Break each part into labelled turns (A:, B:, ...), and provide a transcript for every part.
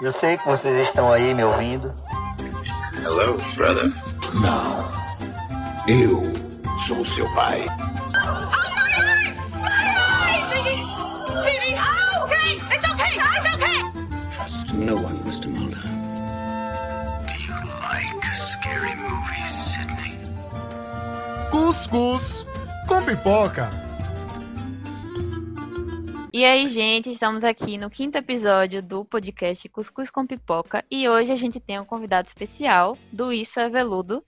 A: Eu sei que vocês estão aí me ouvindo.
B: Hello, brother.
C: Não. Eu sou seu pai.
D: No one, Mr. Mulder.
B: Do you like scary movies, Sydney?
E: Cuscuz com pipoca.
F: E aí, gente, estamos aqui no quinto episódio do podcast Cuscuz com Pipoca e hoje a gente tem um convidado especial do Isso é Veludo,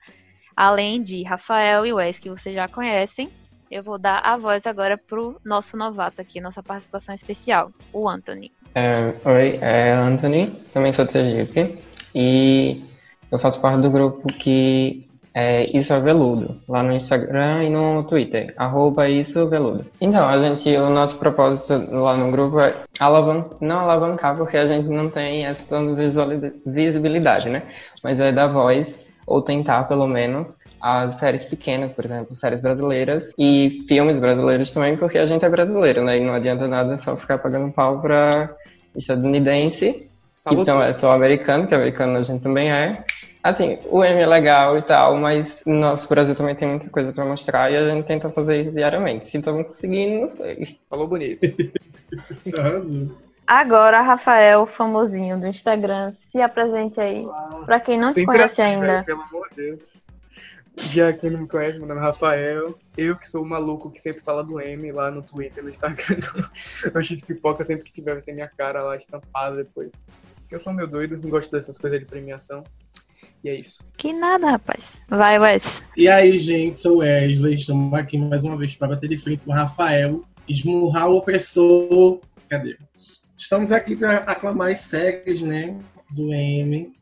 F: além de Rafael e Wes, que vocês já conhecem. Eu vou dar a voz agora pro nosso novato aqui, nossa participação especial, o Anthony.
G: É, oi, é Anthony, também sou de Sergipe e eu faço parte do grupo que é Isso é Veludo, lá no Instagram e no Twitter, arroba Isso Veludo. Então, a gente, o nosso propósito lá no grupo é alavan não alavancar porque a gente não tem essa tanta visuali- visibilidade, né? Mas é dar voz, ou tentar pelo menos, as séries pequenas, por exemplo, séries brasileiras e filmes brasileiros também, porque a gente é brasileiro, né? E não adianta nada só ficar pagando pau pra estadunidense,
H: Falou
G: então é só americano, que americano a gente também é. Assim, o M é legal e tal, mas no nosso Brasil também tem muita coisa pra mostrar e a gente tenta fazer isso diariamente. Se estamos conseguindo, não sei.
H: Falou bonito.
F: Agora, Rafael, famosinho do Instagram, se apresente aí. Pra quem não te
H: Sempre
F: conhece
H: assim,
F: ainda,
H: velho, Pelo amor de Deus. Já quem não me conhece, meu nome é Rafael. Eu que sou o maluco que sempre fala do M lá no Twitter, no Instagram. Eu cheio de pipoca sempre que tiver vai ser minha cara lá estampada depois. Porque eu sou meu doido, não gosto dessas coisas de premiação. E é isso.
F: que nada, rapaz. Vai, Wes.
I: E aí, gente, sou o Wesley, estamos aqui mais uma vez para bater de frente com o Rafael, esmurrar o opressor. Cadê? Estamos aqui para aclamar as séries, né, do M,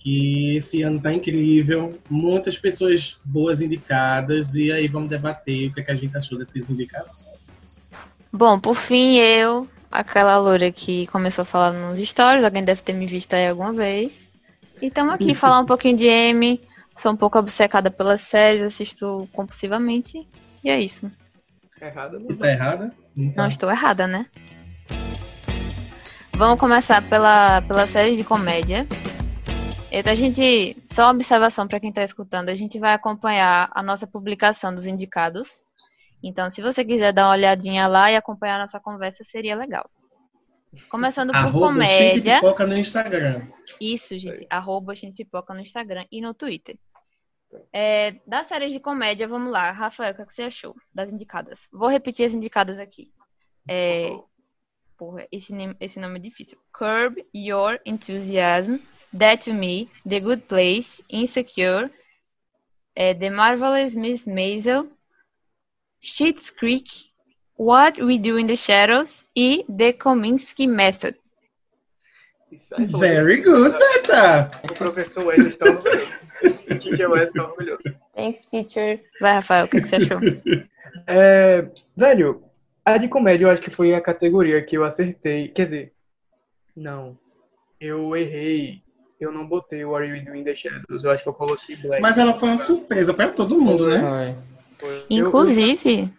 I: que esse ano tá incrível, muitas pessoas boas indicadas, e aí vamos debater o que, é que a gente achou dessas indicações.
F: Bom, por fim, eu, aquela loura que começou a falar nos stories, alguém deve ter me visto aí alguma vez. E estamos aqui falar um pouquinho de M. Sou um pouco obcecada pelas séries, assisto compulsivamente. E é isso.
H: Errado, é
I: E
H: não.
I: tá errada?
F: Não estou errada, né? Vamos começar pela, pela série de comédia. Eu- A gente, só uma observação para quem está escutando, a gente vai acompanhar a nossa publicação dos indicados. Então, se você quiser dar uma olhadinha lá e acompanhar a nossa conversa, seria legal. Começando por
I: Arroba cheio de
F: comédia.
I: pipoca no Instagram.
F: Isso, gente. Arroba Gente Pipoca no Instagram e no Twitter. É, das séries de comédia, vamos lá. Rafael, o que é que você achou das indicadas? Vou repetir as indicadas aqui. É, porra, esse, nem- esse nome é difícil. Curb Your Enthusiasm, That to Me, The Good Place, Insecure, é, The Marvelous Miss Maisel, Schitt's Creek, What We Do in the Shadows e The Kominsky Method.
H: Isso aí, falou
I: Very
H: bonito.
I: good, Tata!
H: O professor Wesley está orgulhoso. O teacher Wesley tá está orgulhoso.
F: Thanks, teacher. Vai, Rafael, o que, é que você achou?
H: É, velho, a de comédia eu acho que foi a categoria que eu acertei. Quer dizer, não. Eu errei. Eu não botei o Are You Doing the Shadows. Eu acho que eu coloquei Black.
I: Mas é- ela foi uma surpresa para todo mundo, né?
G: Ai.
H: Eu-
F: Inclusive,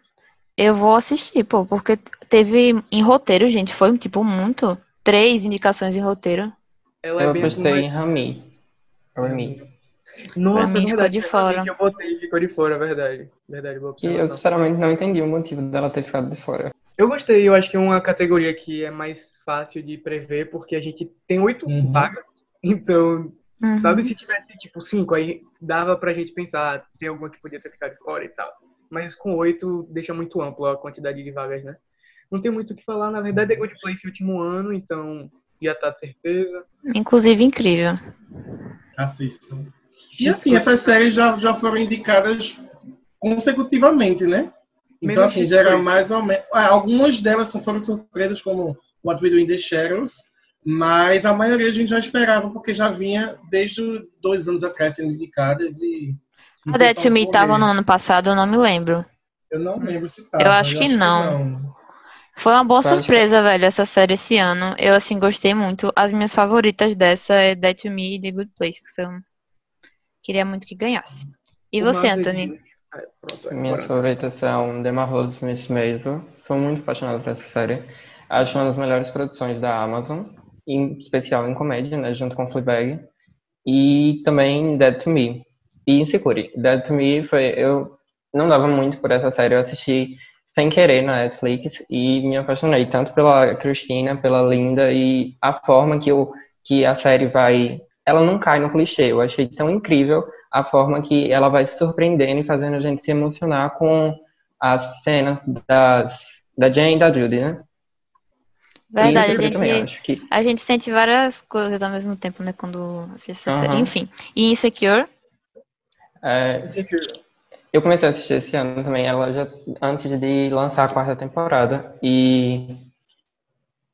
F: eu vou assistir, pô, porque teve em roteiro, gente, foi tipo muito. Três indicações em roteiro.
H: eu- ela é
G: Eu
H: bem
G: postei em Rami. Rami.
H: Nossa,
F: Pra mim
H: é
F: ficou
H: verdade,
F: de
H: realmente
F: fora.
H: Eu botei, ficou de fora, é verdade. Verdade, boa
G: E eu
H: observação.
G: sinceramente não entendi o motivo dela ter ficado de fora.
H: Eu gostei, eu acho que é uma categoria que é mais fácil de prever, porque a gente tem oito
I: Uhum.
H: vagas. Então,
F: Uhum.
H: Sabe se tivesse, tipo, cinco, aí dava pra gente pensar, ah, tem alguma que podia ter ficado fora e tal. Mas com oito, deixa muito amplo a quantidade de vagas, né? Não tem muito o que falar, na verdade é Good Place último ano, então já tá de certeza.
F: Inclusive, incrível.
I: Assistam. E
H: Tipo,
I: assim, essas séries já, já foram indicadas consecutivamente, né? Então,
H: Menos
I: assim,
H: Schitt's
I: gera
H: Creek.
I: mais ou menos. ah, algumas delas só foram surpresas, como What We Do in the Shadows, mas a maioria a gente já esperava, porque já vinha desde o- dois anos atrás sendo indicadas e. não
F: A
I: tem
F: Death
I: como
F: Me
I: correr.
F: tava no ano passado, eu não me lembro.
I: Eu não lembro se tava.
F: Eu acho que não. Foi uma boa
G: Tá, acho que-
F: surpresa, velho, essa série esse ano. Eu, assim, gostei muito. As minhas favoritas dessa é Death to Me e The Good Place, que são... Queria muito que ganhasse. E você,
H: Mas,
F: Anthony?
H: Ah, pronto, é,
G: Minhas
H: bora.
G: favoritas são The Marvelous Miss Maisel. Sou muito apaixonado por essa série. Acho uma das melhores produções da Amazon. em especial em comédia, né, junto com Fleabag, e também Dead to Me e Insecure. Dead to Me foi eu não dava muito por essa série, eu assisti sem querer na Netflix e me apaixonei tanto pela Cristina, pela Linda e a forma que eu que a série vai, ela não cai no clichê. Eu achei tão incrível a forma que ela vai se surpreendendo e fazendo a gente se emocionar com as cenas das da Jane e da Judy, né?
F: Verdade,
G: E
F: a
G: Insecure também, eu
F: gente,
G: acho que
F: a gente sente várias coisas ao mesmo tempo, né? Quando assiste essa
G: Aham.
F: série. Enfim. E Insecure,
G: é,
H: Insecure.
G: Eu comecei a assistir esse ano também, ela já antes de lançar a quarta temporada e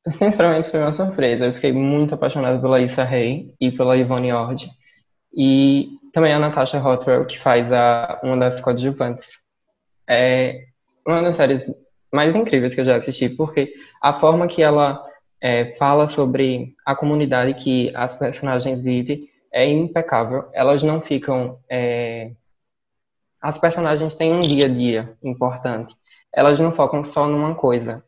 G: sinceramente foi uma surpresa. Eu fiquei muito apaixonado pela Issa Rae e pela Yvonne Ord e também a Natasha Rothwell que faz a uma das coadjuvantes. É uma das séries mais incríveis que eu já assisti porque a forma que ela é, fala sobre a comunidade que as personagens vivem é impecável. Elas não ficam é, as personagens têm um dia a dia importante. Elas não focam só numa coisa.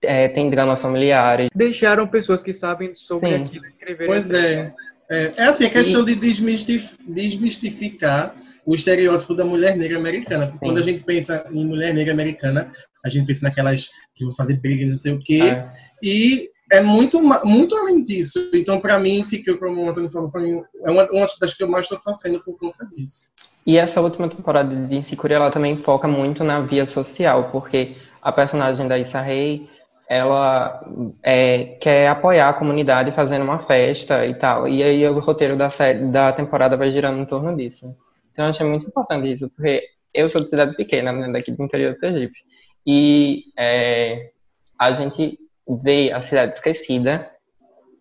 G: É, tem dramas familiares.
H: Deixaram pessoas que sabem sobre
G: Sim.
H: aquilo escreverem.
I: Pois é. É, é assim, a questão de desmistif- desmistificar o estereótipo da mulher negra americana. Porque Quando a gente pensa em mulher negra americana, a gente pensa naquelas que vão fazer brigas, não sei o quê.
G: É.
I: E é muito, ma- muito além disso. Então, para mim, esse que eu como o Antônio falou, pra mim, é uma, uma das que eu mais estou torcendo por conta disso.
G: E essa última temporada de Insecure, ela também foca muito na via social, porque a personagem da Issa Rae, ela é, quer apoiar a comunidade fazendo uma festa e tal. E aí o roteiro da série, da temporada vai girando em torno disso. Então eu achei muito importante isso, porque eu sou de cidade pequena, né, daqui do interior do Sergipe. E é, a gente vê a cidade esquecida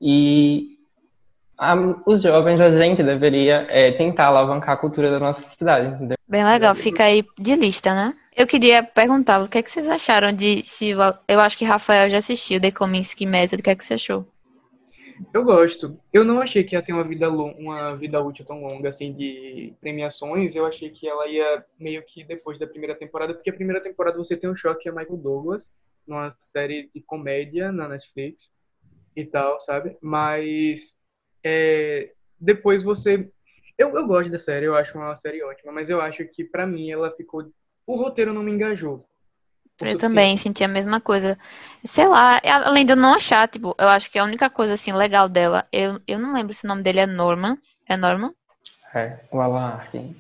G: e a- os jovens, a gente deveria é, tentar alavancar a cultura da nossa cidade. entendeu?
F: bem legal, fica aí de lista, né? Eu queria perguntar, o que, é que vocês acharam de se eu acho que Rafael já assistiu The Cominsky Method, o que é que você achou?
H: Eu gosto. Eu não achei que ia ter uma vida, lo- uma vida útil tão longa assim de premiações. Eu achei que ela ia meio que depois da primeira temporada, porque a primeira temporada você tem um choque que é Michael Douglas, numa série de comédia na Netflix e tal, sabe? Mas é, depois você. Eu, eu gosto da série, eu acho uma série ótima, mas eu acho que pra mim ela ficou. O roteiro não me engajou. O
F: Eu
H: suficiente.
F: também senti a mesma coisa. Sei lá, a- além de eu não achar, tipo, eu acho que a única coisa assim legal dela, eu, eu não lembro se o nome dele é Norman. É Norman?
G: É, o Alan Arkin.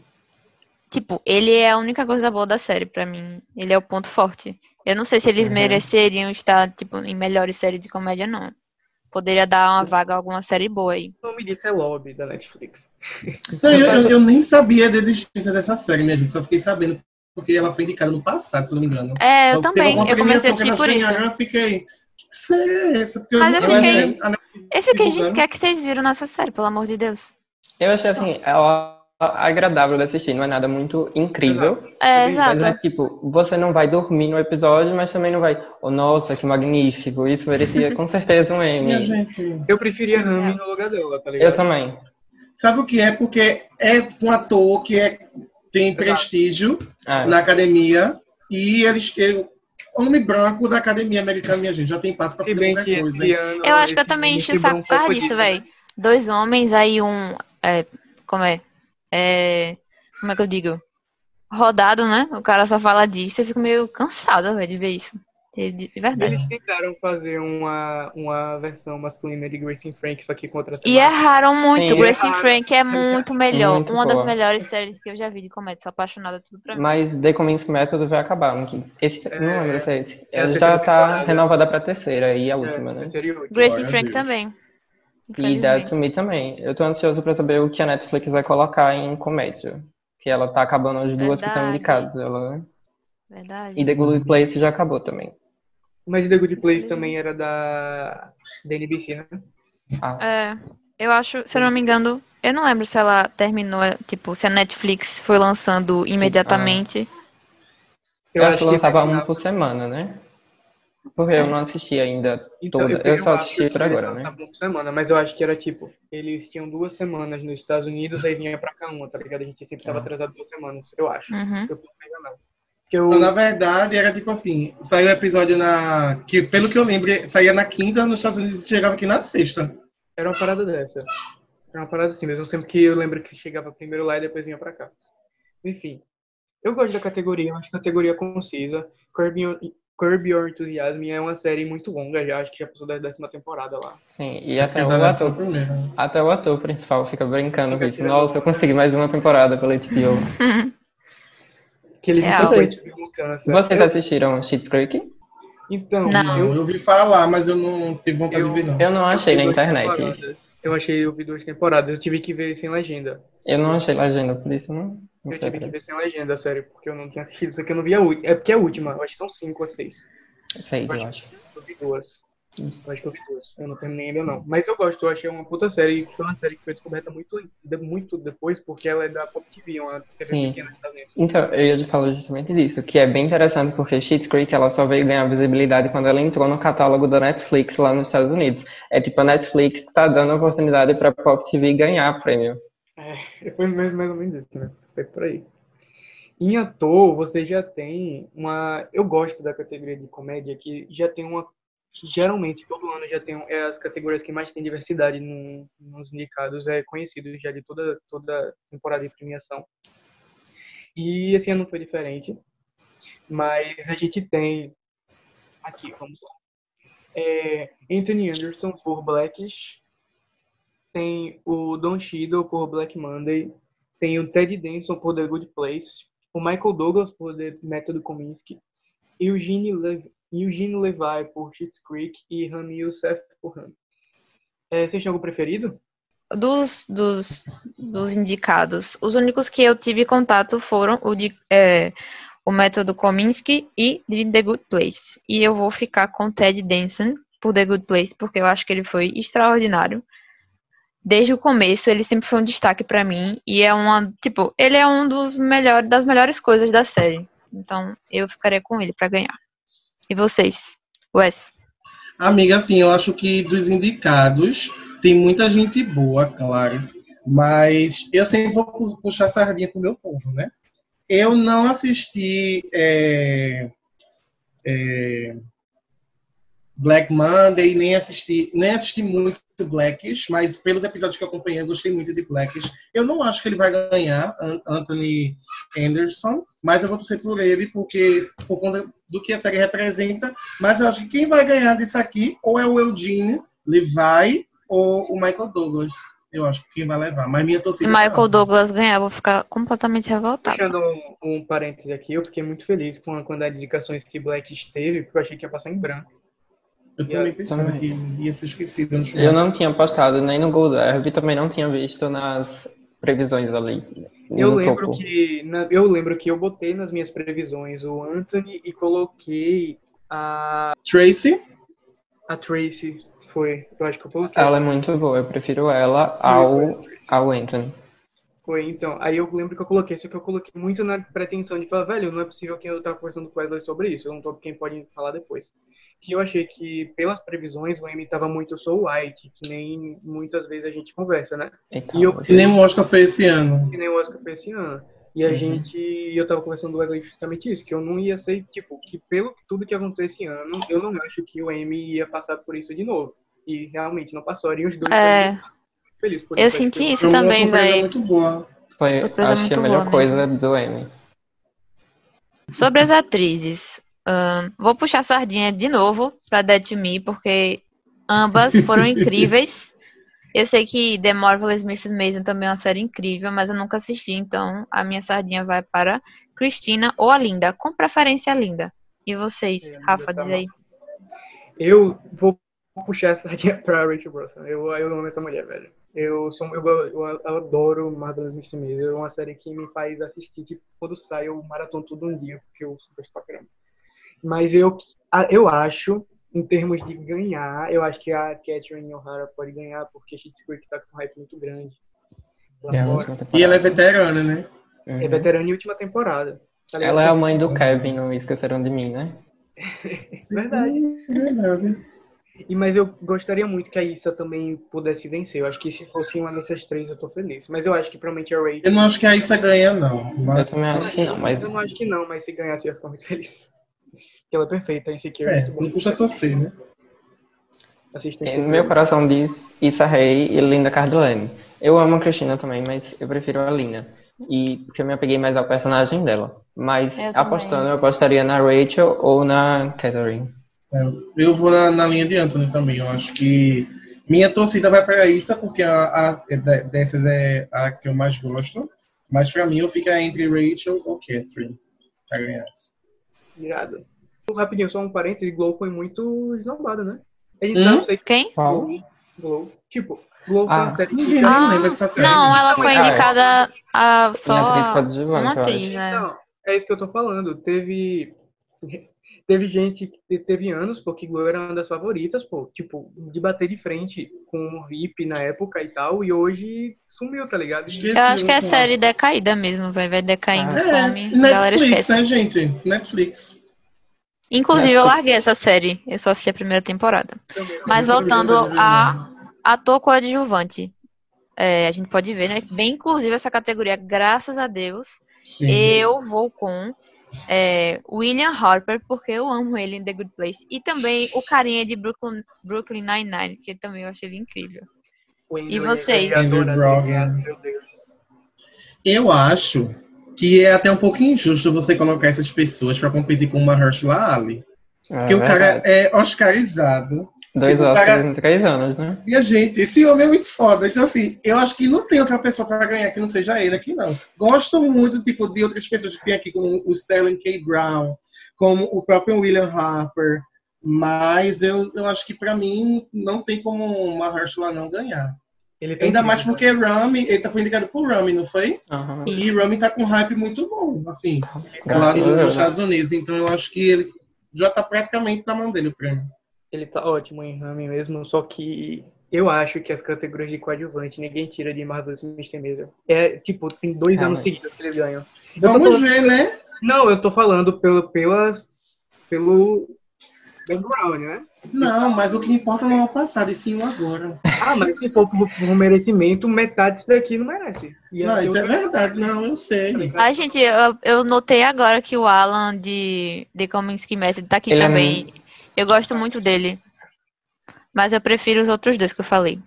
F: Tipo, ele é a única coisa boa da série pra mim. Ele é o ponto forte. Eu não sei se eles
G: Uhum.
F: mereceriam estar, tipo, em melhores séries de comédia, não. Poderia dar uma vaga a alguma série boa aí.
H: O nome disso é Lobby da Netflix.
I: Não, eu, eu- eu nem sabia da existência dessa série, minha gente. Só fiquei sabendo porque ela foi indicada no passado, se eu não me engano.
F: É,
I: Teve
F: eu também.
I: alguma
F: Eu comecei
I: premiação
F: a
I: que
F: assistir
I: elas
F: por isso.
I: ganharam, Eu fiquei, que série é essa? Porque
F: Mas eu
I: nunca
F: fiquei-
I: vi a
F: Eu fiquei, gente, o
I: divulgando.
F: que é que vocês viram nessa série, pelo amor de Deus?
G: Eu achei assim, ela agradável de assistir, não é nada muito incrível.
F: É,
G: Mas
H: Sim,
G: é
F: exato.
G: tipo, você não vai dormir no episódio, mas também não vai, oh nossa, que magnífico, isso merecia com certeza um
F: É.
I: Minha
G: M.
I: gente,
H: Eu preferia Rami no lugar dela, tá ligado?
G: Eu também.
I: sabe o que é? Porque é um ator que é, tem prestígio
G: É.
I: na academia e eles eu, homem branco da academia americana, minha gente, já tem passo pra
H: Se
I: fazer
H: bem
I: qualquer
H: que
I: coisa.
H: esse ano.
F: Eu acho que eu
H: esse
F: também
H: ano
F: enchi o
H: quebrou
F: saco
H: um
F: por causa
H: pouco
F: disso,
H: né?
F: velho. Dois homens, aí um. É, como é? É, Como é que eu digo? Rodado, né? O cara só fala disso. Eu fico meio cansada, velho, de ver isso. De, de de verdade.
H: Eles tentaram fazer uma, uma versão masculina de Grace and Frank, só que contra
F: E é erraram muito.
G: Sim,
F: Grace and
H: É, erraram.
F: Frank é muito melhor.
G: Muito
F: uma das
G: boa.
F: melhores séries que eu já vi de comédia. Sou apaixonada tudo pra mim.
G: Mas The Cominsky Method vai acabar, não, que- esse,
H: É,
G: não lembro se é esse.
H: é a
G: Ela
H: terceira
G: já tá
H: temporada. É,
G: renovada pra terceira e a última, né?
H: Hum,
F: Grace and
C: Glória a Deus.
F: Frank também.
G: E Dead
F: Infelizmente.
G: to Me também. Eu tô ansioso pra saber o que a Netflix vai colocar em comédia. Que ela tá acabando as duas que estão
F: Verdade.
G: indicadas. Ela... né?
F: Verdade.
G: E The Good Place já acabou também.
H: Mas The Good Place também era da, da NBC, né?
G: Ah,
F: É, eu acho, se eu não me engano, eu não lembro se ela terminou, é, tipo, se a Netflix foi lançando imediatamente.
G: eu, acho que lançava
H: vai É.
G: uma
H: dar-
G: por semana, né? Porque eu não assisti ainda
H: Então,
G: toda. Eu só
H: acho
G: assisti
H: que
G: por
H: eles
G: agora, né?
H: lançavam por semana, mas eu acho que era tipo, eles tinham duas semanas nos
G: Tá.
H: Estados Unidos, aí vinha pra cá uma, tá ligado? A gente sempre tava atrasado duas semanas, eu acho.
F: Uhum.
H: Eu posso enganar. Que eu...
I: Então, na verdade, era tipo assim, saiu o episódio na. que Pelo que eu lembro, saía na quinta nos Estados Unidos e chegava aqui na sexta.
H: Era uma parada dessa. Era uma parada assim mesmo, sempre que eu lembro que chegava primeiro lá e depois vinha pra cá. Enfim, eu gosto da categoria, acho que a categoria é concisa. Curb Your, Curb Your Enthusiasm é uma série muito longa já, acho que já passou da décima temporada lá.
G: Sim, e
I: Esse
G: até o,
I: cara era só o
G: ator,
I: primeiro.
G: até o ator principal fica brincando com
H: Fica
G: isso.
H: tirando-
G: Nossa, eu consegui mais uma temporada pela HBO.
H: Que eles
F: É,
H: não
F: Albert.
H: conseguem câncer.
G: Vocês
H: Eu-
G: assistiram Schitt's Creek?
H: Então,
F: Não.
H: eu
I: Eu ouvi falar, mas eu não tive vontade
H: Eu-
I: de ver, não.
G: Eu não achei na
H: vi duas
G: internet.
H: temporadas. Eu achei, eu vi duas temporadas. Eu tive que ver sem legenda.
G: Eu não achei na agenda, por isso não, não
H: Eu
G: sei o
H: tive que
G: que.
H: ver sem legenda, sério, porque eu não tinha assistido. Isso aqui eu não vi a última. É porque é a última. Eu acho que são cinco a seis.
G: Sei, eu acho.
H: Eu vi duas. Eu acho que eu vi duas. Eu não terminei ainda, não. Mas eu gosto. Eu achei uma puta série. Foi uma série que foi descoberta muito, de- muito depois, porque ela é da Pop TV, uma TV
G: Sim.
H: pequena dos Estados Unidos.
G: Então, eu ia te falar justamente disso, que é bem interessante porque Schitt's Creek ela só veio ganhar visibilidade quando ela entrou no catálogo da Netflix lá nos Estados Unidos. É tipo a Netflix tá dando oportunidade pra Pop TV ganhar prêmio.
H: Foi mais, mais ou menos isso, né? Foi por aí. Em ator, você já tem uma. Eu gosto da categoria de comédia, que já tem uma. que Geralmente, todo ano já tem. um- É as categorias que mais tem diversidade no- nos indicados, é conhecido já de toda, toda temporada de premiação. E esse ano foi diferente. Mas a gente tem. Aqui, vamos lá. É, Anthony Anderson por Blackish. Tem o Don Cheadle por Black Monday. Tem o Ted Danson por The Good Place. O Michael Douglas por The Método Kominsky. Eugene, Le... Eugene Levi por Schitt's Creek. E Rami Youssef por Rami. É, vocês têm algum preferido?
F: Dos, dos, dos indicados, os únicos que eu tive contato foram o de é, o método Kominsky e de The Good Place. E eu vou ficar com Ted Danson por The Good Place, porque eu acho que ele foi extraordinário. Desde o começo, ele sempre foi um destaque pra mim. E é uma, tipo, ele é um dos melhores, das melhores coisas da série. Então, eu ficaria com ele pra ganhar. E vocês? Wes?
I: Amiga, assim, eu acho que dos indicados tem muita gente boa, claro. Mas eu sempre vou pu- puxar sardinha pro meu povo, né? Eu não assisti é, é, Black Monday, nem assisti, nem assisti muito Blackish, mas pelos episódios que eu acompanhei, eu gostei muito de Blackish. Eu não acho que ele vai ganhar, An- Anthony Anderson, mas eu vou torcer por ele, porque por conta do que a série representa mas eu acho que quem vai ganhar disso aqui ou é o Eugene Levi ou o Michael Douglas. Eu acho que quem vai levar. Mas minha
F: Se
I: torcida. é
F: Michael
I: pra-
F: Douglas ganhar, eu vou ficar completamente revoltada.
H: Puxando um, um parêntese aqui, eu fiquei muito feliz com a quantidade de indicações que Black esteve, porque eu achei que ia passar em branco.
I: Eu também pensando
G: Também.
I: que ia ser esquecido no
G: Eu
I: churrasco.
G: não tinha postado nem no Gold Derby, também não tinha visto nas previsões ali.
H: Eu
G: no
H: lembro,
G: topo.
H: que, na- eu lembro que eu botei nas minhas previsões o Anthony e coloquei
I: Tracy,
H: a Tracy. Foi, eu acho que eu coloquei.
G: Ela é muito boa, eu prefiro ela ao, ao Anthony.
H: Foi, então. Aí eu lembro que eu coloquei, só que eu coloquei muito na pretensão de falar, velho, não é possível que eu tava conversando com o Wesley sobre isso, eu não tô quem pode falar depois. Que eu achei que, pelas previsões, o M tava muito so white, que nem muitas vezes a gente conversa, né?
G: Então,
H: E eu-
I: que nem o Oscar foi esse ano.
H: Que nem o Oscar foi esse ano. E a
G: Uhum.
H: gente, eu tava conversando com o Wesley justamente isso, que eu não ia ser, tipo, que pelo tudo que aconteceu esse ano, eu não acho que o M ia passar por isso de novo. E realmente não passou, e os dois
F: É.
H: foram muito felizes por
F: Eu
H: isso. Acho
F: senti
H: que-
F: isso
I: Foi uma
F: também,
I: surpresa
F: véi.
I: muito boa.
G: foi,
F: surpresa
G: acho que
F: é muito
G: a melhor
F: boa
G: coisa do Emmy.
F: Sobre as atrizes, ahn, vou puxar a sardinha de novo pra Dead Me, porque ambas foram incríveis. Eu sei que The Marvelous Mrs. Maisel também é uma série incrível, mas eu nunca assisti, então a minha sardinha vai para Cristina ou a Linda, com preferência a Linda. E vocês,
H: É, a
F: Rafa,
H: Linda tá
F: diz aí.
H: Eu vou puxar essa sardinha pra Rachel Brosnan. Eu, eu amo essa mulher, velho. Eu, sou, eu, go- eu, eu adoro Marvelous Miss Maisel. É uma série que me faz assistir, tipo, quando sai eu maratona todo um dia, porque eu sou gosto pra caramba. Mas eu, a- eu acho, em termos de ganhar, eu acho que a Catherine O'Hara pode ganhar, porque Schitt's Creek tá com um hype muito grande. Lá
G: É a
H: fora.
G: última
I: E ela é
G: temporada.
I: veterana, né?
G: Uhum.
H: É veterana e última temporada. Tá ligado?
G: Ela é a mãe do Kevin, não esqueceram de mim, né?
H: é Verdade.
I: Verdade.
H: E, mas eu gostaria muito que a Issa também pudesse vencer. Eu acho que se fosse uma dessas três, eu tô feliz. Mas eu acho que provavelmente a Ray.
I: Eu não acho que a Issa ganha, não.
G: Eu
I: Mas-
G: também acho que não, mas
H: Eu não acho que não, mas se ganhasse, eu ia ficar muito feliz. Porque ela é perfeita, esse aqui
I: É,
H: é
I: não
H: muito
I: custa torcer, né?
H: bom. Assistente
G: é, meu coração diz Issa Rae e Linda Cardellani. Eu amo a Cristina também, mas eu prefiro a Linda. E porque eu me apeguei mais ao personagem dela. Mas
F: Eu também.
G: apostando, eu apostaria na Rachel ou na Catherine.
I: É, Eu vou na, na linha de Anthony também. Eu acho que minha torcida vai para Issa, porque a, a- é da- dessas é a que eu mais gosto. Mas para mim, eu fico entre Rachel ou Catherine. pra ganhar.
H: Irado. Rapidinho, só um parênteses, Glow foi muito esnobada, né? A gente
I: Hum?
H: não sei que
F: Quem?
G: Qual?
H: Glow. Tipo, Glow foi
G: Ah.
H: uma série
I: Ninguém
H: que.
I: nem lembra dessa série.
F: Ah, Não, ela foi
G: Ah, é.
F: indicada a só
G: Na atriz
F: a-
G: coadjuvante,
F: uma
G: eu acho.
F: atriz, né?
H: Então, é isso que eu tô falando. Teve. Teve gente que teve anos, porque Glow era uma das favoritas, pô. Tipo, de bater de frente com o VIP na época e tal, e hoje sumiu, tá ligado?
I: Esqueci,
F: Eu acho que é
I: não
F: série
I: acho.
F: decaída mesmo, vai, vai decaindo,
G: Ah.
F: some,
I: É,
F: a galera
I: Netflix,
F: esquece.
I: né, gente? Netflix.
F: Inclusive, eu
G: Netflix.
F: larguei essa série, eu só assisti a primeira temporada.
H: Também.
F: Mas voltando a ator coadjuvante, é, a gente pode ver, né? Bem inclusive essa categoria, graças a Deus,
I: Sim.
F: eu vou com é, William Harper, porque eu amo ele em The Good Place. E também o carinha de Brooklyn, Brooklyn Nine-Nine, que também eu achei ele incrível.
H: Wendell
F: E
H: é
F: vocês?
H: vereadora,
I: Wendell Brown.
H: né? Meu Deus.
I: Eu acho que é até um pouco injusto você colocar essas pessoas para competir com o Mahershala Ali.
G: É
I: Porque o cara
G: verdade.
I: é oscarizado.
G: Dois
I: o
G: Oscars
I: cara-
G: em três anos, né?
I: E a gente, esse homem é muito foda. Então, assim, eu acho que não tem outra pessoa para ganhar que não seja ele aqui, não. Gosto muito, tipo, de outras pessoas que tem aqui, como o Sterling K. Brown, como o próprio William Harper. Mas eu, eu acho que, para mim, não tem como o Mahershala não ganhar.
H: Ele tem
I: Ainda
H: tudo,
I: mais
H: né?
I: porque Rami, ele tá, foi indicado por Rami, não foi?
G: Aham.
I: E Rami tá com um hype muito bom, assim, lá
G: Graças
I: no- nos
G: a Deus, né?
I: Estados Unidos. Então, eu acho que ele já tá praticamente na mão dele o prêmio.
H: Ele tá ótimo em Rami mesmo, só que eu acho que as categorias de coadjuvante ninguém tira de Marvelous Miss Maisel. É, tipo, tem dois
G: Realmente.
H: anos seguidos que eles ganham.
I: Vamos ver, né?
H: Não, eu tô falando pelo, pelas, pelo background, né?
I: Não, mas o que importa não é o passado, e sim o agora.
H: Ah, mas se for por, por merecimento, metade disso daqui não merece. E
I: Não,
H: assim,
I: isso é
H: eu-
I: verdade, não, eu sei.
F: Ai, gente, eu, eu notei agora que o Alan de The Comics Method tá aqui
G: Ele é
F: também. Eu gosto muito dele. Mas eu prefiro os outros dois que eu falei.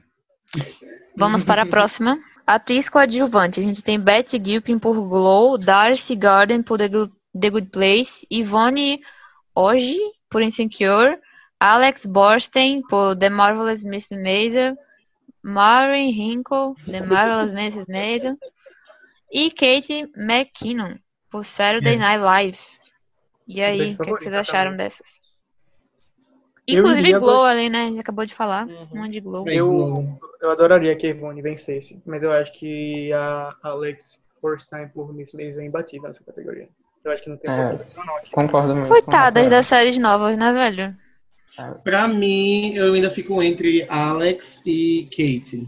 F: Vamos para a próxima. Atriz coadjuvante. A gente tem Betty Gilpin por Glow, Darcy Garden por The Good, The Good Place, Yvonne Oji por Insecure, Alex Borstein por The Marvelous Mrs. Maisel, Maureen Hinkle, The Marvelous Mrs. Maisel e Kate McKinnon por Saturday Night Live. E aí,
H: bem
F: o que, que vocês
H: favorita
F: acharam
H: também.
F: dessas?
H: Eu
F: Inclusive
H: iria
F: Glow ali, né? A gente acabou de falar.
H: Uhum.
F: Um monte de Glow.
H: Eu, eu adoraria que a Ivone vencesse, mas eu acho que a Alex Forstein por Miss Maisel é imbatível nessa categoria. Eu acho que não tem
G: É.
H: como profissional aqui.
G: Concordo muito. com
F: Coitadas
G: você.
F: das séries novas, né, velho?
I: Pra mim, eu ainda fico entre Alex e Kate.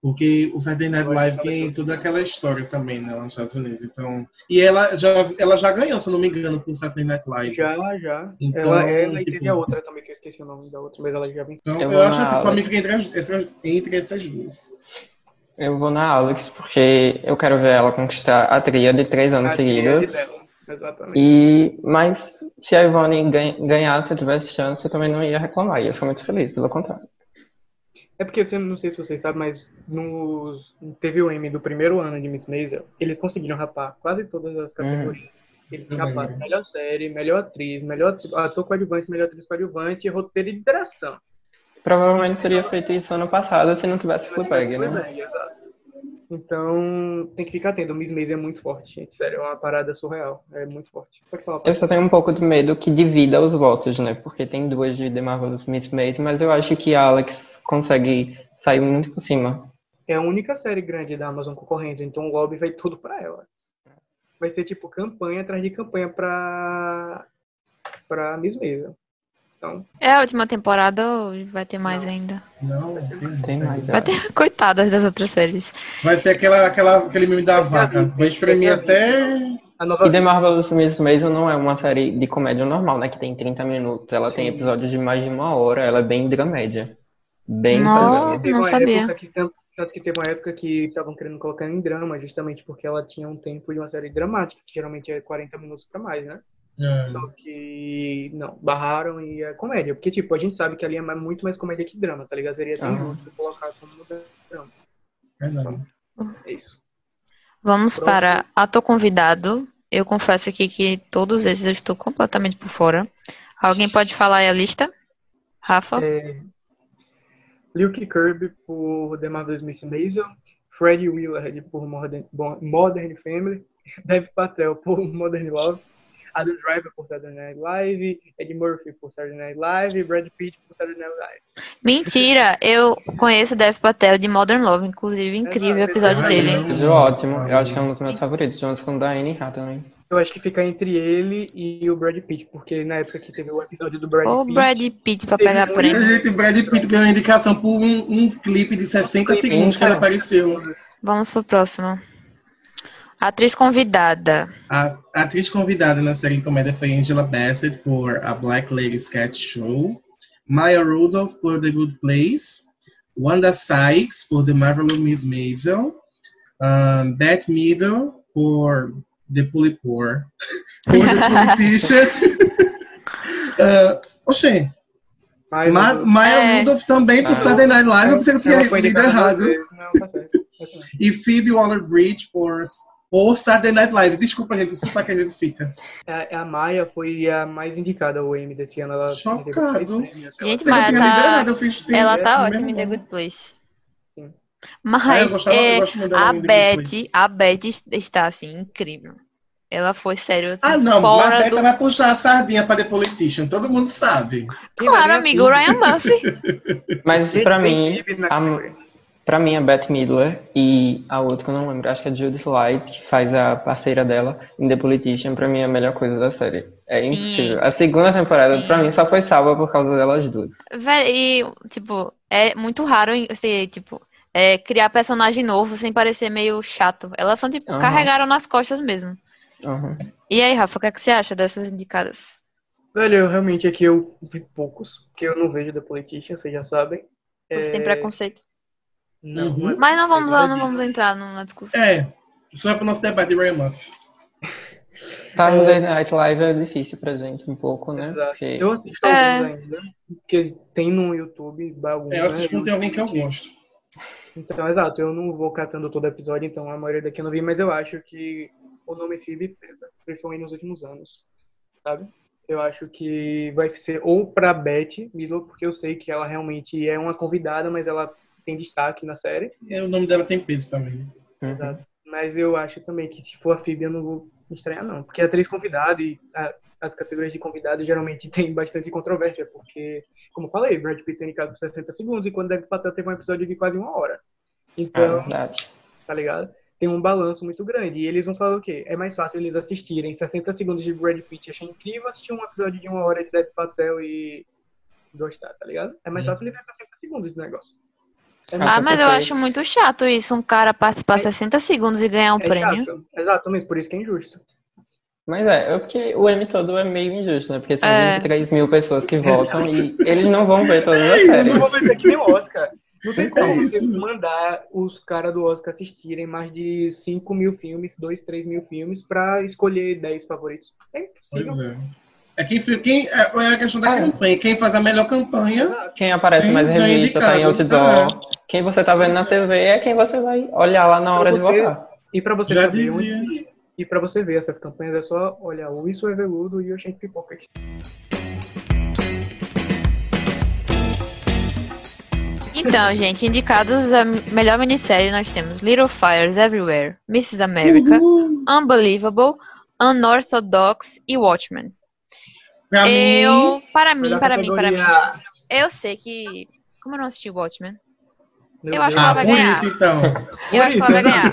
I: Porque o Saturday Night Live tem toda aquela história também, né, lá nos Estados Unidos. Então, e ela já, ela já ganhou, se eu não me engano, por Saturday Night Live.
H: Já, já.
I: Então,
H: ela ela e
I: tipo-
H: teve a outra também, que eu esqueci o nome da outra, mas ela já venceu.
I: Então, eu,
G: Eu vou
I: acho
G: na
I: assim, pra
G: Alex.
I: mim fica entre, as- essas- entre essas duas.
G: Eu vou na Alex porque eu quero ver ela conquistar a tria de três
I: Então,
G: anos
H: A
G: seguidos.
H: tese é dela, Exatamente.
G: E, mas se a Ivone gan- ganhasse, se eu tivesse chance, eu também não ia reclamar. Ia ficar muito feliz, pelo contrário.
H: É porque eu não sei se vocês sabem, mas nos teve o M do primeiro ano de Miss Maisel, eles conseguiram rapar quase todas as categorias. Eles
I: Uhum.
H: raparam melhor série, melhor atriz, melhor atri- ator coadjuvante, melhor atriz coadjuvante, roteiro e direção.
G: Provavelmente teria feito isso ano passado se não tivesse Fleabag, né?
H: Fleabag, exato. Então, tem que ficar atento. Miss Maisel é muito forte, gente. Sério, é uma parada surreal. É muito forte. Pode falar.
G: Eu só tenho um pouco de medo que divida os votos, né? Porque tem duas de The Marvelous Miss Maid, mas eu acho que a Alex consegue sair muito por cima.
H: É a única série grande da Amazon concorrendo, então o lobby vai tudo pra ela. Vai ser tipo campanha atrás de campanha pra, pra Miss Maisel. Então,
F: É a última temporada ou vai ter mais ainda?
I: Não, tem-
G: Tem mais, eu
F: Vai ter coitadas das outras séries.
I: Vai ser aquela, aquela, aquele meme da vaca. Vai espremer até
H: A nova...
G: E The Marvelous Miss Maisel não é uma série de comédia normal, né? Que tem 30 minutos. Ela tem episódios de mais de uma hora. Ela é bem dramédia. Bem
F: Nossa.
G: pesada.
H: Teve
F: Não
H: uma
F: sabia.
H: época que tanto, tanto que teve uma época que estavam querendo colocar em drama, justamente porque ela tinha um tempo de uma série dramática, que geralmente é 40 minutos pra mais, né? Só que não, barraram e é comédia. Porque, tipo, a gente sabe que ali é mais- muito mais comédia que drama, tá ligado? Seria
G: Ah.
H: tão justo colocar como drama. É isso.
F: Vamos
H: Pronto.
F: para ator convidado. Eu confesso aqui que todos esses eu estou completamente por fora. Alguém pode falar aí a lista? Rafa?
H: É, Luke Kirby por The Marvelous Miss Maisel, Freddy Willard por Modern, Bo- Modern Family, Dev Patel por Modern Love, Adam Driver por Saturday Night Live, Ed Murphy por Saturday Night Live, Brad Pitt por Saturday Night Live.
F: Mentira! Eu conheço Dev Patel de Modern Love, inclusive incrível o episódio
H: Ai,
F: dele.
I: não.
G: Episódio ótimo. Eu acho que é um dos meus favoritos. Junto com Diane Hathaway.
H: Eu acho que fica entre ele e o Brad Pitt, porque na época que teve o episódio do Brad
F: Ô,
H: Pitt,
F: Brad Pitt pra pegar
H: Teve
I: E a
F: prêmio.
I: gente, Brad Pitt ganhou indicação por um, um clipe de 60 segundos que ele apareceu.
F: Vamos pro próximo. Atriz convidada.
I: A atriz convidada na série de comédia foi Angela Bassett por A Black Lady Sketch Show, Maya Rudolph por The Good Place, Wanda Sykes por The Marvelous Miss Maisel, um, Beth Meadow por The Pulley Poor, por The Politician. uh, Oxê,
H: mas
I: Ma- Maya
F: É.
I: Rudolph também por
G: Ah.
I: Saturday Night Live, eu pensei que eu
H: ela
I: tinha
H: foi
I: lido
H: indicada
I: errado.
H: duas vezes. Não, tá certo. Tá certo.
I: e Phoebe Waller-Bridge por, por Saturday Night Live. Desculpa, gente, o sotaque às vezes fica.
H: É, A, a Maia foi a mais indicada ao M desse ano. Ela
I: Chocado.
H: recebeu seis prêmios. Ela-
F: Gente,
I: Você
F: mas
I: não tinha
F: ela-
I: lido errado, eu fiz...
F: Ela
H: é
F: tá
I: primeiro
F: ótima em The
I: nome.
F: Good Place.
H: Sim.
I: Ah, eu
F: Mas
I: gostava,
F: é,
I: eu gosto muito dela
F: a
I: em The Good Place.
F: Beth, a Beth está assim, incrível. Ela foi sério. assim,
I: Ah, não,
F: fora
I: mas a Beta
F: do
I: vai puxar a sardinha pra The Politician, todo mundo sabe.
H: Quem vai
F: Claro,
H: ganhar
F: amigo, o Ryan Murphy.
G: Mas
H: Gente,
G: pra
H: tem
G: mim,
I: né,
H: Phoebe na
G: a-
H: categoria.
G: pra mim, a Beth Midler e a outra que eu não lembro, acho que é Judith Light, que faz a parceira dela em The Politician, pra mim é a melhor coisa da série. É
F: Sim.
G: impossível. A segunda temporada,
F: Sim.
G: pra mim, só foi salva por causa delas duas.
F: Vé- E, tipo, é muito raro em- você, tipo, é, criar personagem novo sem parecer meio chato. Elas são, tipo,
G: Aham.
F: carregaram nas costas mesmo.
G: Uhum.
F: E aí, Rafa, o que, é que você acha dessas indicadas?
H: Velho, eu realmente aqui eu vi poucos, porque eu não vejo The Politician, vocês já sabem.
F: Você
H: É,
F: tem preconceito.
H: Não,
I: Uhum.
H: não é
F: Mas não vamos lá, não
H: preconceito.
F: vamos entrar numa discussão.
I: É, isso vai pro nosso debate de Ryan Murphy.
G: Saturday Tá, Night Live é difícil pra gente um pouco, né?
H: Exato.
G: Porque-
H: Eu assisto
F: É.
H: alguns ainda, porque tem no YouTube alguns.
I: É, eu assisto
H: né?
I: quando tem alguém que eu gosto.
H: Então, exato, eu não vou catando todo episódio, então a maioria daqui eu não vi, mas eu acho que o nome Phoebe pesa, principalmente nos últimos anos, sabe? Eu acho que vai ser ou pra Beth Midler, porque eu sei que ela realmente é uma convidada, mas ela tem destaque na série.
I: É, O nome dela tem peso também. né?
G: Uhum.
H: Exato. Mas eu acho também que se for a Phoebe eu não vou me estranhar, não. Porque atriz convidada e a- as categorias de convidado geralmente tem bastante controvérsia, porque, como eu falei, Brad Pitt tem indicado por 60 segundos, e quando Dev Patel teve um episódio de quase uma hora.
G: É
H: Então,
G: verdade.
H: tá ligado? Tem um balanço muito grande. E eles vão falar o quê? É mais fácil eles assistirem 60 segundos de Brad Pitt e achar incrível assistir um episódio de uma hora de Dev Patel e gostar, tá ligado? É mais fácil ele ver 60 segundos do negócio. É
G: Uhum. Ah,
F: Ah, mas eu
G: porque-
F: acho muito chato isso, um cara participar
H: É-
F: 60 segundos e ganhar um
H: é
F: prêmio.
H: chato. Exatamente, por isso que é injusto.
G: Mas é, é porque o M todo é meio injusto, né? Porque tem
F: É.
G: 23 mil pessoas que votam e eles não vão ver todas as
I: É
H: Eu
G: séries.
H: vou ver que nem o Oscar. Não tem como
I: É
H: você
I: isso.
H: mandar os caras do Oscar assistirem mais de 5 mil filmes, 2, 3 mil filmes, pra escolher 10 favoritos. É impossível.
I: Pois é. É, quem, fi- quem, é é a questão da
G: Ah, é.
I: campanha. Quem faz a melhor campanha
G: Quem aparece mais em
I: Bem
G: revista, tá em
I: indicado. É.
G: outdoor. Quem você tá vendo na TV é quem você vai olhar lá na hora de
H: Você-
G: votar.
H: E pra você
I: já
H: saber onde-
I: dizia.
H: E pra você ver essas campanhas é só olhar o Isso é Veludo e o Shake Pipoca.
F: Então, gente, indicados a melhor minissérie nós temos Little Fires Everywhere, Mrs. America, Unbelievable, Unorthodox e Watchmen.
I: Pra mim,
F: Eu, para mim,
H: Melhor
F: para mim, para mim,
H: categoria.
F: eu sei que como eu não assisti Watchmen,
H: Meu
F: Eu
H: Deus.
F: acho que
I: ah,
F: ela vai
I: por
F: ganhar.
I: isso então.
F: eu acho que ela vai ganhar.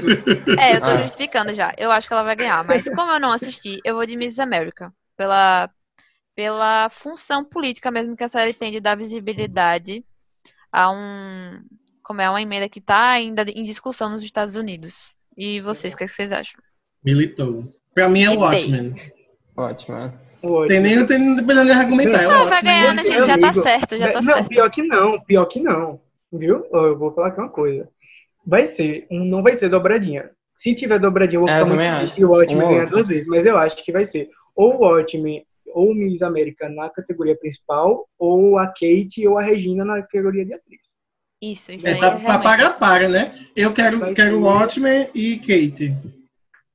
F: É, eu tô
G: Ah.
F: justificando já. Eu acho que ela vai ganhar, mas como eu não assisti, eu vou de Mrs. America pela pela função política mesmo que a série tem de dar visibilidade a um como é uma emenda que tá ainda em discussão nos Estados Unidos. E vocês, o que é que vocês acham?
I: Militou. Pra mim é o
F: E tem.
I: Watchmen.
G: Ótimo.
I: Tem nem, tem, não precisa nem argumentar. É o
F: Ah, vai
I: Watchmen. é
F: ganhando, gente. Já tá
H: amigo.
F: certo, já tá
H: não,
F: certo.
H: pior que não, pior que não. Viu? Ó, Eu vou falar aqui uma coisa. Vai ser, um, não vai ser dobradinha. Se tiver dobradinha, eu vou
G: É,
H: ficar
G: eu também
H: muito
G: acho.
H: triste e o Watchmen
G: Um
H: ganhar
G: outro.
H: duas vezes, mas eu acho que vai ser ou o Watchmen ou o Miss América na categoria principal, ou a Kate ou a Regina na categoria de atriz.
F: Isso, isso
I: É,
F: aí.
I: tá
F: é
I: pra pagar para, né? Eu quero,
H: Vai
I: quero
H: ser.
I: Watchmen e Kate.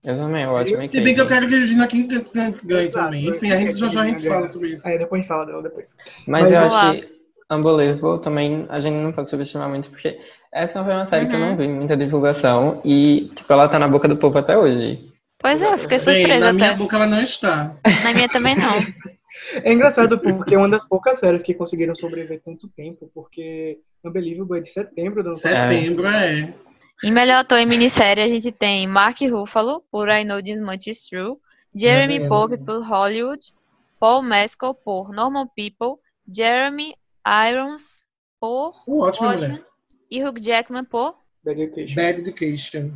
G: Eu também, ótimo.
I: Se bem que eu quero que a Regina King gan- ganhe
H: Exato,
I: também.
H: eu
I: Enfim, a gente,
H: quero
I: já já a
H: que a
I: gente
H: Regina
I: fala
H: ganhe.
I: sobre isso.
H: Aí depois a gente fala dela depois.
G: Mas eu
F: Mas
G: acho
F: vamos
G: que Unbelievable também a gente não pode subestimar muito, porque essa foi uma série que eu
F: Uhum.
G: não vi muita divulgação e, tipo, ela tá na boca do povo até hoje.
F: Pois é, eu fiquei
I: Bem,
F: surpresa
I: na minha
F: até.
I: boca ela não está.
F: Na minha também não.
H: É engraçado porque é uma das poucas séries que conseguiram sobreviver tanto tempo, porque Unbelievable é de setembro do ano
I: Setembro é.
F: Em melhor ator em minissérie, a gente tem Mark Ruffalo, por I Know This Much Is True, Jeremy Pope, por Hollywood, Paul Mescal, por Normal People, Jeremy Irons, por
I: O Watchmen, mulher.
F: Watchmen, e Hugh Jackman, por...
H: Bad Education.
I: Bad Education,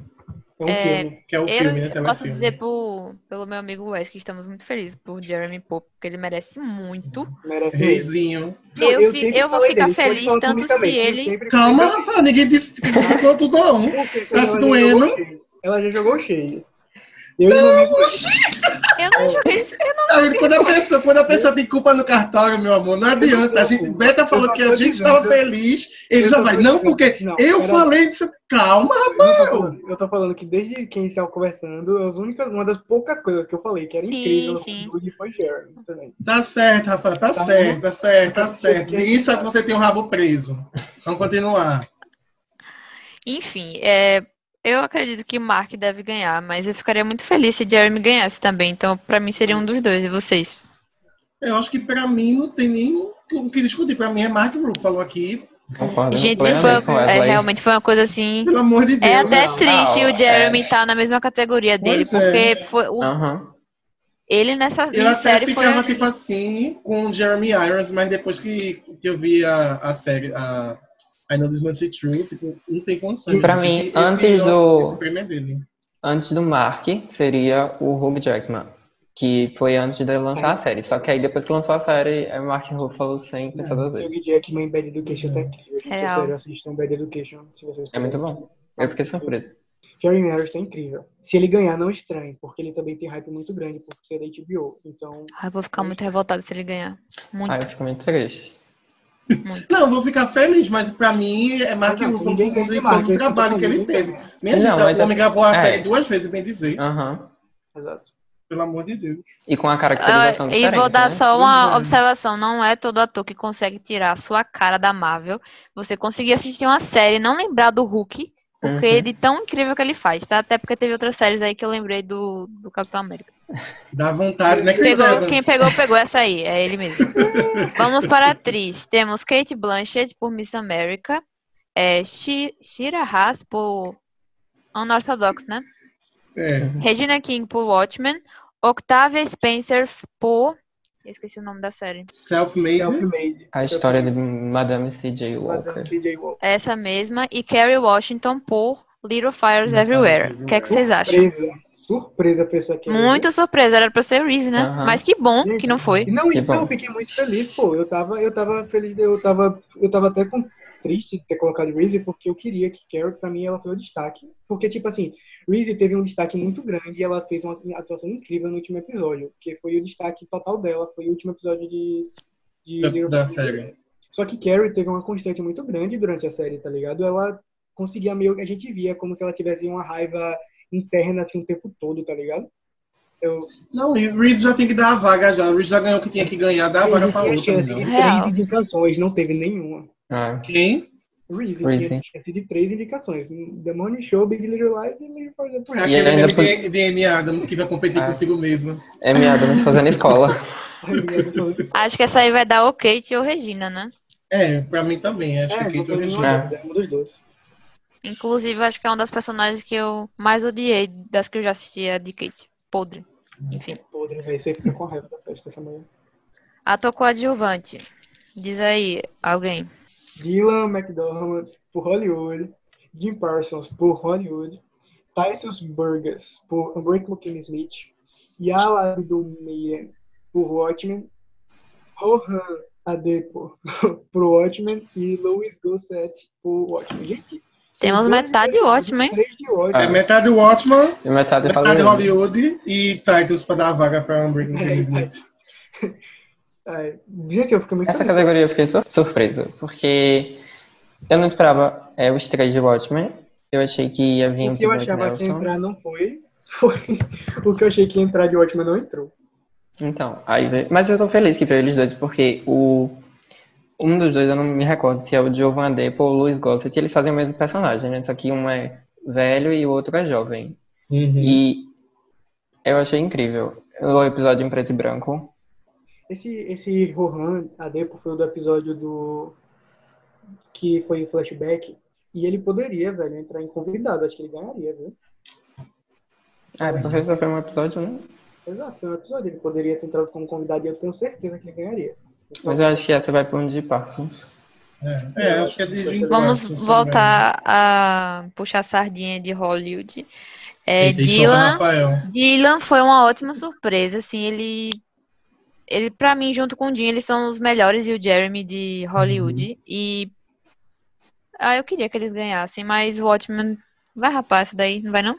H: É um
F: É,
H: filme.
I: que é o filme, né?
F: Eu
I: telefilme.
F: posso dizer por, pelo meu amigo Wes que estamos muito felizes por Jeremy Pope, porque ele merece muito.
H: Merece.
I: Reizinho.
F: Eu fi-
H: sempre
F: eu vou
H: falei
F: ficar
H: dele, pode
F: feliz
H: falar
F: tanto se
H: publicamente, eu
F: ele-
H: sempre
I: Calma,
H: falei
I: Rafael, ninguém disse que ficou tudo a um.
H: dele, porque
I: Tá se
H: ela já jogou
I: doendo?
H: cheio. Ela já jogou cheio. Eu não, vi-
F: Eu não joguei
I: Não, Quando a, pessoa, quando a pessoa tem culpa no cartório, meu amor, não adianta. A gente, Beta falou que a gente estava feliz, ele já vai. Não, porque
H: Não,
I: eu
H: era-
I: falei disso. Calma,
H: eu, tô
I: Rafael.
H: falando, eu tô falando que desde que a gente estava conversando, as únicas, uma das poucas coisas que eu falei que era
F: Sim,
H: incrível
F: sim.
H: no Hollywood foi Sharon também.
I: Tá certo, Rafa, tá
H: Tá
I: certo, tá certo, tá
H: Tá
I: certo.
H: certo.
I: Isso é que você tem um rabo preso. Vamos continuar.
F: Enfim, é, eu acredito que Mark deve ganhar, mas eu ficaria muito feliz se Jeremy ganhasse também. Então, pra mim, seria um dos dois, e vocês?
I: Eu acho que pra mim não tem nem o que- o que discutir. Pra mim é Mark falou aqui,
G: Concordo.
F: Gente,
G: plenamente
F: foi-
G: com
F: é,
G: Wesley. Ah,
F: realmente foi uma coisa assim.
I: pelo amor de Deus. né?
F: É até
H: Não,
F: triste
G: não,
F: o Jeremy estar na mesma categoria dele,
I: Pois é.
F: porque foi o-
G: Aham.
F: ele nessa
I: Eu até
F: série foi
I: ficava
F: assim.
I: tipo assim com o Jeremy Irons, mas depois que, que eu vi a, a série, a I Know This Must Be True, tipo, não tem condições.
G: Pra mim,
I: Esse-
G: antes
I: esse,
G: do-
I: Esse prêmio é dele.
G: Antes do Mark seria o Hugh Jackman, que foi antes de lançar a
F: Uhum.
G: série. Só que aí depois que lançou a série, é o Mark Ruffalo sem pensar duas vezes.
H: Hugh Jackman Bad Education tá incrível. gente.
F: Real.
H: Sério, assistam Bad Education se vocês
G: É muito
H: puderem.
G: bom. Eu fiquei surpreso.
H: Jeremy Harris é incrível. Se ele ganhar, não estranhe, porque ele também tem hype muito grande por ser da HBO. Então,
F: Ai, eu Ah, vou ficar muito revoltada se ele ganhar. Muito.
G: Aí Ah, eu fico muito triste.
I: Não, vou ficar feliz, mas pra mim é Mark
H: Não,
I: Ruffalo
H: ninguém
I: por
H: ganha
I: conta
H: de
I: de
H: Mark,
I: todo o
H: isso que eu tô
I: trabalho que ele
H: falando,
I: teve.
H: ninguém
I: Minha
G: Não,
I: gente,
G: mas
I: o homem
G: é-
I: gravou a
G: é.
I: série duas vezes, bem dizer.
G: Aham.
H: exato.
I: Pelo amor de Deus.
G: E com a
F: Ah,
G: caracterização
F: e
G: diferente,
F: vou dar
G: né?
F: só uma
I: Exato.
F: observação: não é todo ator que consegue tirar a sua cara da Marvel. Você conseguir assistir uma série e não lembrar do Hulk, porque
G: Uhum.
F: é de tão incrível que ele faz, tá? Até porque teve outras séries aí que eu lembrei do, do Capitão América.
I: Dá vontade, né, Chris
F: Pegou,
I: Evans?
F: quem pegou, pegou essa aí, é ele mesmo. Vamos para a atriz: temos Kate Blanchett por Miss America, é, Shi- Shira Haas por Unorthodox, né?
I: É.
F: Regina King por Watchmen, Octavia Spencer por. Eu esqueci o nome da série.
I: Self-made.
H: Self-made.
G: A história de Madame C.J. Walker.
H: CJ um Walker.
F: é Essa mesma. E Kerry Washington por Little Fires
I: Little
F: Everywhere.
I: Fires
F: O que é que vocês acham?
H: Surpresa. Surpresa a pessoa que é
F: Muito surpresa, era pra ser Reese, né?
G: Aham.
F: Mas que bom que não foi.
H: Não,
G: Que
H: então,
G: bom.
H: eu fiquei muito feliz, pô. Eu tava, eu tava feliz, eu tava, eu tava até com- triste de ter colocado Reese, porque eu queria que Carol, pra mim, ela foi o destaque. Porque, tipo assim, Reese teve um destaque muito grande e ela fez uma atuação incrível no último episódio, que foi o destaque total dela, foi o último episódio de... de
I: Da-
H: Little
I: da
H: Fires
I: série.
H: Everywhere. Só que Carrie teve uma constante muito grande durante a série, tá ligado? Ela conseguia meio que a gente via como se ela tivesse uma raiva interna assim o tempo todo, tá ligado? Eu,
I: Não, e o Reed já tem que dar a vaga já. O Reed já ganhou o que tinha que ganhar, dá a vaga pra
H: Reese
I: outra.
H: tinha
I: Não.
F: Real.
H: três indicações, não teve nenhuma.
G: Ah,
I: Quem?
H: Reese
G: Reese.
H: tinha esquecido de três indicações: The Morning Show, Big Little Lies e Little Fires
I: É
H: Everywhere.
G: E
I: aquele
G: ainda
I: meme
G: por-
I: de, de Amy Adams que vai competir
G: Ah.
I: consigo mesma.
G: é minha Adams fazendo escola.
H: Ai, minha pessoa-
F: Acho que essa aí vai dar ou Kate ou Regina, né?
I: É, pra mim também. Acho
H: É,
I: que
H: não
I: Kate
H: tem
I: Origina.
H: nenhuma dúvida, é um dos dois.
F: Inclusive, acho que é uma das personagens que eu mais odiei das que eu já assisti, é a de Kate. Podre. Enfim.
H: Podre, velho, você fica com raiva da festa essa manhã.
F: Ator coadjuvante. Diz aí, alguém.
H: Dylan McDonald por Hollywood, Jim Parsons por Hollywood, Titus Burgess por Unbreakable Kimmy Smith, Yala Abdul-Meyer por Watchmen, Rohan Adepo pro Watchmen e Louis Gossett por Watchmen. Gente,
F: Temos
H: dois
F: metade
H: de-
F: ótima, hein?
H: três de Watchmen.
G: Ah.
I: É metade Watchman,
G: E metade
I: metade
G: fazendo.
I: Hollywood e Titles pra dar a vaga pra
F: É,
I: Unbreaking Kimmy Smith.
H: Ai, gente, eu fiquei muito
G: Essa
H: feliz.
G: categoria eu fiquei sur- surpreso, porque eu não esperava é, os três de Watchmen. Eu achei que ia vir um
H: O que eu
G: Blake
H: achava que ia
G: Nelson.
H: entrar não foi. Foi o que eu achei que ia entrar de Watchmen não entrou.
G: Então, aí veio... Mas eu tô feliz que veio eles dois, porque o... Um dos dois, eu não me recordo se é o Giovanni Depo ou o Louis Gossett, eles fazem o mesmo personagem, né? Só que um é velho e o outro é jovem. E eu achei incrível. O episódio em preto e branco.
H: Esse, esse Rohan Adepo foi o do episódio do. que foi em flashback. E ele poderia, velho, entrar em convidado. Acho que ele ganharia, viu?
G: Ah, é porque só foi um episódio, né?
H: Exato, foi um episódio. Ele poderia ter entrado como convidado e eu tenho certeza que ele ganharia.
G: Mas eu acho que essa vai pra um de Parsons.
I: É, é, acho que é de Jim
F: Vamos
I: Parsons
F: voltar a puxar a sardinha de Hollywood. É,
I: também. E tem Sombra
F: Dylan,
I: Rafael.
F: Dylan foi uma ótima surpresa, assim, ele ele para mim junto com o Dean, eles são os melhores e o Jeremy de
G: Uhum.
F: Hollywood e ah, eu queria que eles ganhassem, mas o Watchmen vai rapaz, essa daí não vai não?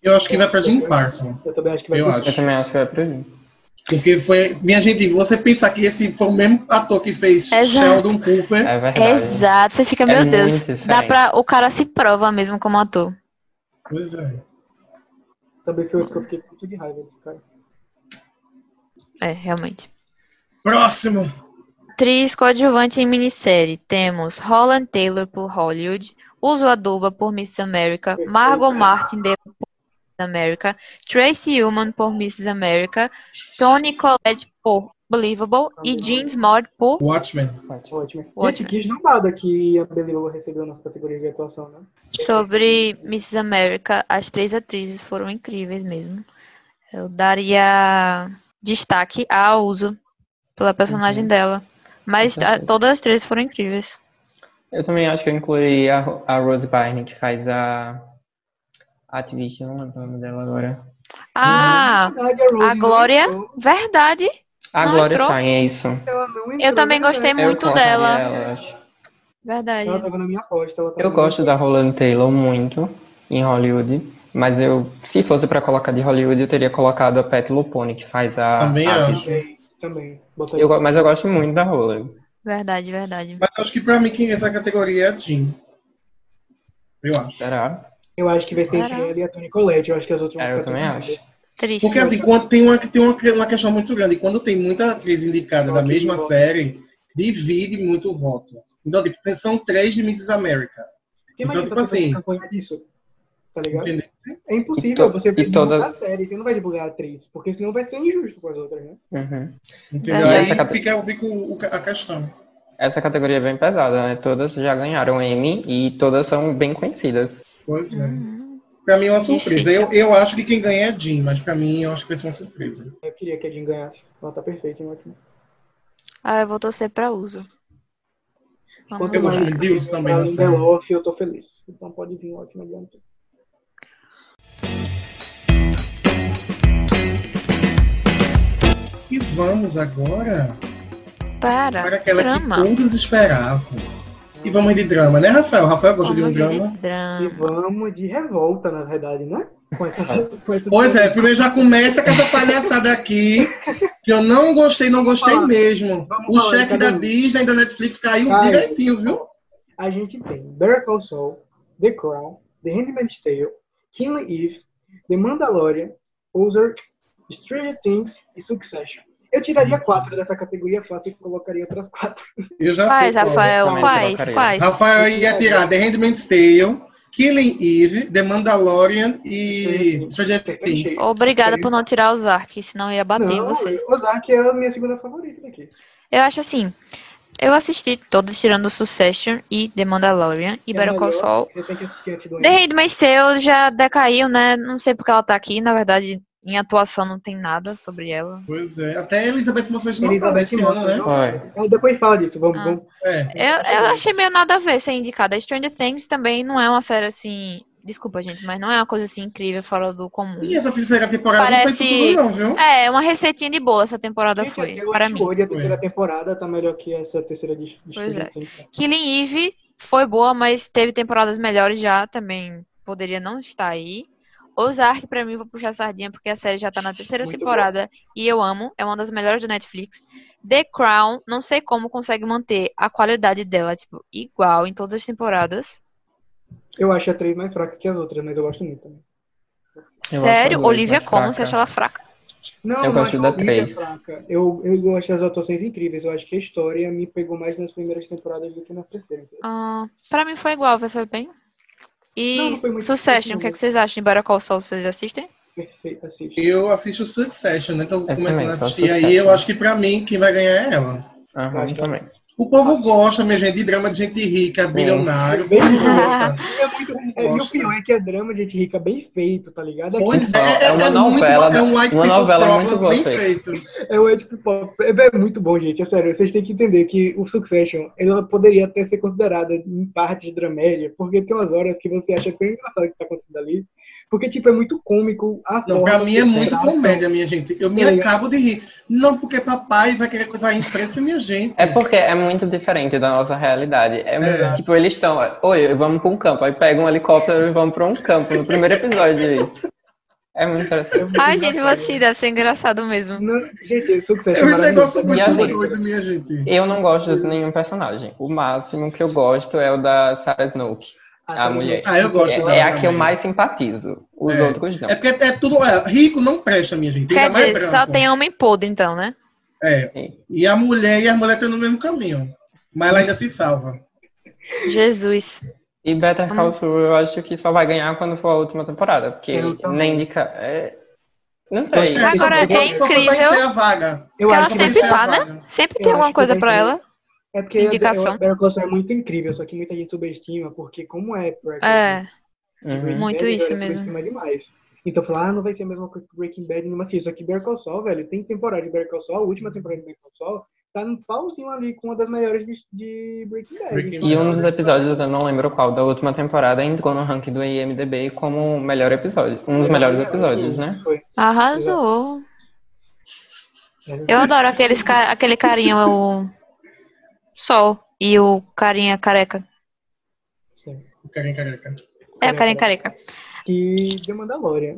I: Eu acho que vai pra Jim Parsons.
H: Eu também acho que vai
I: Eu
H: pro-
G: Eu
I: acho.
G: também acho que vai pra mim.
I: Porque foi. Minha gente, você pensar que esse foi o mesmo ator que fez
F: Exato.
I: Sheldon Cooper.
G: É verdade.
F: Exato, você fica,
G: É
F: meu
G: muito
F: Deus, dá
G: diferente.
F: para o cara se prova mesmo como ator.
I: Pois é.
H: Também foi o que eu fiquei muito de raiva desse cara.
F: É, realmente.
I: Próximo!
F: Atriz coadjuvante em minissérie. Temos Holland Taylor por Hollywood, Uso Aduba por Miss America, Margot Martindale por Miss America, Tracy Ullman por Mrs. America, Toni Collette por Believable e Jean Smart por
I: Watchmen.
H: Watchmen. Gente,
F: Watchmen.
H: que esnobada que a Belila recebeu nossa categoria de atuação, né?
F: Sobre Mrs. America, as três atrizes foram incríveis mesmo. Eu daria destaque a Uso pela personagem dela. Mas
G: Com
F: a-
G: certeza.
F: todas as três foram incríveis.
G: Eu também acho que eu incluí a, Ro- a Rose Byrne, que faz a, a ativista, não lembro o nome dela agora.
F: Ah,
H: Verdade, Rose
F: a
H: não
F: Glória?
H: entrou.
F: Verdade.
G: A
F: Não
G: Glória
F: entrou?
G: Stein, é isso.
H: Ela não entrou,
F: Eu também
H: né,
F: gostei
H: velho?
G: É, Eu
F: muito
G: colocaria
F: dela.
G: ela, eu acho.
F: Verdade.
I: tá
H: Ela tava na minha aposta. Ela tava
G: Eu
H: na
G: gosto da Roland Taylor muito em Hollywood, mas eu, se fosse pra colocar de Hollywood, eu teria colocado a Pat Lupone, Ah, que faz a.
I: Também
G: a-
I: acho.
H: Também, também. Botaria
G: Eu go- mas eu gosto muito da Roland.
F: Verdade, verdade.
I: Mas acho que pra mim quem ganha essa categoria é a Jean. Eu acho.
G: Será?
H: Eu acho que vai ser
F: Caraca.
H: entre ela e a Toni Collette. Eu acho que as outras
G: É, eu também
H: tudo
G: acho.
H: bem.
F: Triste.
I: Porque assim, quando tem uma, tem uma, uma questão muito grande, e quando tem muita atriz indicada da mesma série, divide muito o voto. Então, tipo, tem- são três de Mrs. America.
H: Quem mais
I: Então,
H: que
I: tipo
H: vai fazer
I: assim-
H: campanha disso? Tá ligado?
I: Entendeu?
H: É impossível
G: E
I: Então,
G: to-
H: você
G: e
H: divulgar
G: todas-
H: a série. Você não vai divulgar a atriz. Porque senão vai ser injusto com as outras, né?
G: Uhum.
I: Entendeu?
F: É.
I: Aí
G: Essa cate-
I: fica, fica o- o- a questão.
G: Essa categoria é bem pesada, né? Todas já ganharam Emmy e todas são bem conhecidas.
I: Pois é.
F: Hum. Uhum.
I: Pra mim é uma surpresa.
F: Difícil.
I: Eu, eu acho que quem ganha é Jean, mas pra mim eu acho que vai ser uma surpresa.
H: Eu queria que a Jean ganhasse. Ela tá perfeita, hein, ótimo.
F: Ah, eu vou torcer pra uso. Vamos
H: Quanto
I: Eu gosto
F: lá.
I: muito de é Deus também né?
H: Ela
I: na
H: em
I: série.
H: Beloff, eu tô feliz. Então pode vir ótimo adiante.
I: E vamos agora para
F: Para.
I: aquela
F: Drama.
I: é que todos esperavam. E vamos de drama, né, Rafael? Rafael gosta de um
F: Vamos de
I: drama.
H: E
F: drama.
H: vamos de revolta, na verdade, né? Com essa, com essa-
I: Pois é, primeiro já começa com essa palhaçada aqui, que eu não gostei, não gostei
H: Vamos
I: mesmo.
H: Vamos
I: O
H: falar,
I: cheque
H: cada
I: da
H: um.
I: Disney, da Netflix caiu
H: Caiu.
I: direitinho, viu?
H: A gente tem Better Call Saul, The Crown, The Handmaid's Tale, Killing Eve, The Mandalorian, Ozark, Stranger Things e Succession. Eu tiraria quatro dessa categoria fácil e colocaria outras quatro.
I: Eu já
F: Quais,
I: sei. qual. é,
F: Rafael?
G: Também
F: Quais?
G: colocaria.
F: Quais?
I: Rafael ia tirar The Handmaid's Tale, Killing Eve, The Mandalorian
H: Uhum.
I: e Stranger Things.
F: Obrigada por não tirar os arcs, senão eu ia bater em
H: Não,
F: você.
H: Ozark é a minha segunda favorita daqui.
F: Eu acho assim. Eu assisti todos tirando Succession e The Mandalorian
I: É
F: e Better Call Saul.
H: Eu tenho que assistir antes do
F: The Handmaid's Tale já decaiu, né? Não sei porque ela tá aqui. Na verdade, em atuação não tem nada sobre ela.
I: Pois é. Até Elizabeth Moções não
H: Elizabeth
I: tá esse ano,
H: Moss,
I: né?
G: Olha,
H: Ah, depois fala disso, vamos.
F: Ah.
H: vamos.
I: É.
F: Eu, eu achei meio nada a ver ser indicada. Stranger Things também não é uma série assim Desculpa, gente, mas não é uma coisa assim incrível, fora do comum.
I: E essa terceira temporada não foi
F: Parece-
I: isso tudo, não, viu?
F: É, uma receitinha de boa essa temporada
H: Gente, é
F: foi,
H: aquele
F: para mim.
H: Westworld, a terceira temporada tá melhor que essa terceira de de
F: Pois é.
H: Stranger Things.
F: Killing Eve foi boa, mas teve temporadas melhores já, também poderia não estar aí. Ozark, pra mim, vou puxar a sardinha, porque a série já tá na terceira
H: Muito
F: temporada e eu amo, é uma das melhores do Netflix. The Crown, não sei como consegue manter a qualidade dela, tipo, igual em todas as temporadas.
H: Eu acho a 3 mais fraca que as outras, mas eu gosto muito também.
G: Eu acho a
F: Sério,
G: dois
F: Olivia
G: mais
F: Colman, você
G: fraca.
F: acha ela fraca?
H: Não,
G: Eu
H: não
G: gosto
H: acho
G: da
H: a Olivia
G: três.
H: fraca. Eu, eu gosto das atuações incríveis. Eu acho que a história me pegou mais nas primeiras temporadas do que na terceira.
F: Ah, pra mim foi igual, foi bem.
H: Não,
F: E
H: não foi muito
F: Succession, o que, é
H: difícil,
F: que vocês acham de Better Call Saul? Vocês assistem?
H: Perfeito, assiste.
I: Eu assisto Succession, né? Então
G: Eu
I: começando
G: também,
I: a
G: só
I: assistir aí.
G: Succession.
I: Eu acho que pra mim, quem vai ganhar é ela.
G: Aham,
H: Acho-
G: também.
I: O povo gosta, minha gente, de drama de gente rica, bilionário.
H: É bem
F: Ah.
I: gosta.
H: É muito... é, e o
I: Gosto.
H: pior é que é drama de gente rica bem feito, tá ligado?
I: Pois é,
G: Então,
I: é,
G: é uma
I: é muito
G: novela,
I: bom, é um white
G: uma
I: people
G: novela muito
I: problems
G: boa
I: bem
G: feita.
I: feito.
H: É o Edip Pop. É, é muito bom, gente. É sério. Vocês têm que entender que o Succession, ela poderia até ser considerada em parte de dramédia, porque tem umas horas que você acha tão engraçado o que tá acontecendo ali. Porque, tipo, é muito cômico. A
I: Não,
H: forma
I: pra mim é
H: que
I: muito
H: tratam.
I: comédia, minha gente. Eu me
G: É.
H: Tá ligado?
I: acabo de rir. Não porque papai vai querer coisar a empresa, minha gente.
G: É porque é muito diferente da nossa realidade. É, muito- Tipo, eles estão, oi, vamos pra um campo. Aí pega um helicóptero e vamos pra um campo. No primeiro episódio, isso. É muito interessante.
F: Ai, gente, eu vou assistir, deve ser engraçado mesmo.
H: Não, gente, o
I: É
H: Succession
I: um negócio
G: E
I: muito
G: assim,
I: doido, minha gente.
G: Eu não gosto de nenhum personagem. O máximo que eu gosto é o da Sarah Snoke.
H: tá
G: a mulher.
I: Ah, eu gosto
G: É,
I: dela
G: é a que eu
I: também.
G: mais simpatizo. Os
I: É.
G: outros não.
I: É porque é tudo. é, rico não presta, minha gente.
F: Quer
I: Ainda mais
F: dizer, só
I: branco.
F: tem homem podre, então, né?
I: É.
G: Sim.
I: E a mulher e a mulher estão no mesmo caminho. Mas ela ainda se salva.
F: Jesus.
G: E Better Call Saul eu acho que só vai ganhar quando for a última temporada. Porque
H: Eu também.
G: nem de ca- é... Não tem.
F: Mas agora
I: só,
F: é
I: só pra
F: incrível.
I: preencher a vaga.
H: Eu
F: Ela
H: acho que
F: sempre
I: preencher a
F: tá, né?
I: vaga.
F: Sempre
H: Eu
F: tem alguma
H: acho que
F: coisa
H: vai
F: pra
H: ser-
F: ela.
H: é porque
F: Indicação.
H: a Better Call Saul é muito incrível, só que muita gente subestima, porque como é... Breaking né?
F: É.
G: Uhum.
F: Muito
H: Bad,
F: isso
H: velho,
F: mesmo.
H: subestima demais. Então falar, ah, não vai ser a mesma coisa que Breaking Bad não assisto. Só que Better Call Saul, velho, tem temporada de Better Call Saul, a última temporada de Better Call Saul, tá num pauzinho ali com uma das melhores de, de Breaking Bad.
I: Breaking
H: Então,
G: E um dos episódios, eu não lembro qual, da última temporada entrou no ranking do IMDB como o melhor episódio. Um dos melhores episódios, né?
H: Foi.
F: Arrasou.
H: É,
F: Eu adoro aqueles ca- aquele carinha, o Sol e o carinha careca.
H: Sim.
I: Carinha, careca.
F: É, o carinha careca.
H: Que The Mandalorian.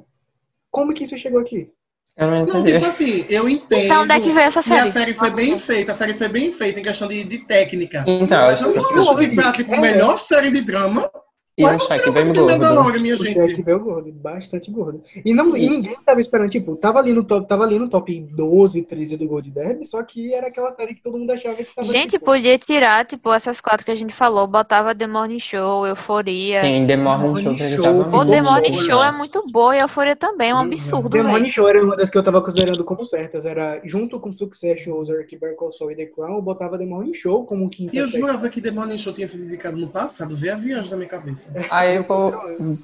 H: Como que isso chegou aqui?
G: Eu não
I: Não,
G: entendi.
I: tipo assim, eu entendo.
F: Então, onde é que veio
I: E
F: essa
I: a
F: série?
I: série foi bem feita, a série foi bem feita em questão de, de técnica.
G: Então,
I: assim, Mas eu
G: eu-
I: não acho que pra tipo, a melhor série de drama
G: e um cheque bem
I: tem
G: gordo.
I: Mandalorian, minha
H: O Jack
I: gente.
H: veio gordo, bastante gordo. E, não, e ninguém tava esperando, tipo, tava ali no top, tava ali no top 12, 13 do Gold Derby, só que era aquela série que todo mundo achava que tava.
F: Gente,
H: tipo,
F: podia tirar, tipo, essas quatro que a gente falou, botava The Morning Show, Euforia.
G: Tem The Morning
H: Morning
G: um Show que ele
H: Show.
G: tava
H: O
F: O
G: muito
F: The
G: bom.
F: Morning Show é muito boa e Euforia também, é um
I: Pois é.
F: absurdo, velho.
H: Demônio Show era uma das que eu tava considerando como certas. Era junto com Succession, Ozark, Better Call Saul e The Crown, eu botava Demônio Show como quinta
I: E eu
H: série.
I: jurava que The Morning Show tinha sido indicado no passado. Veio aviões na minha cabeça.
G: Aí pô,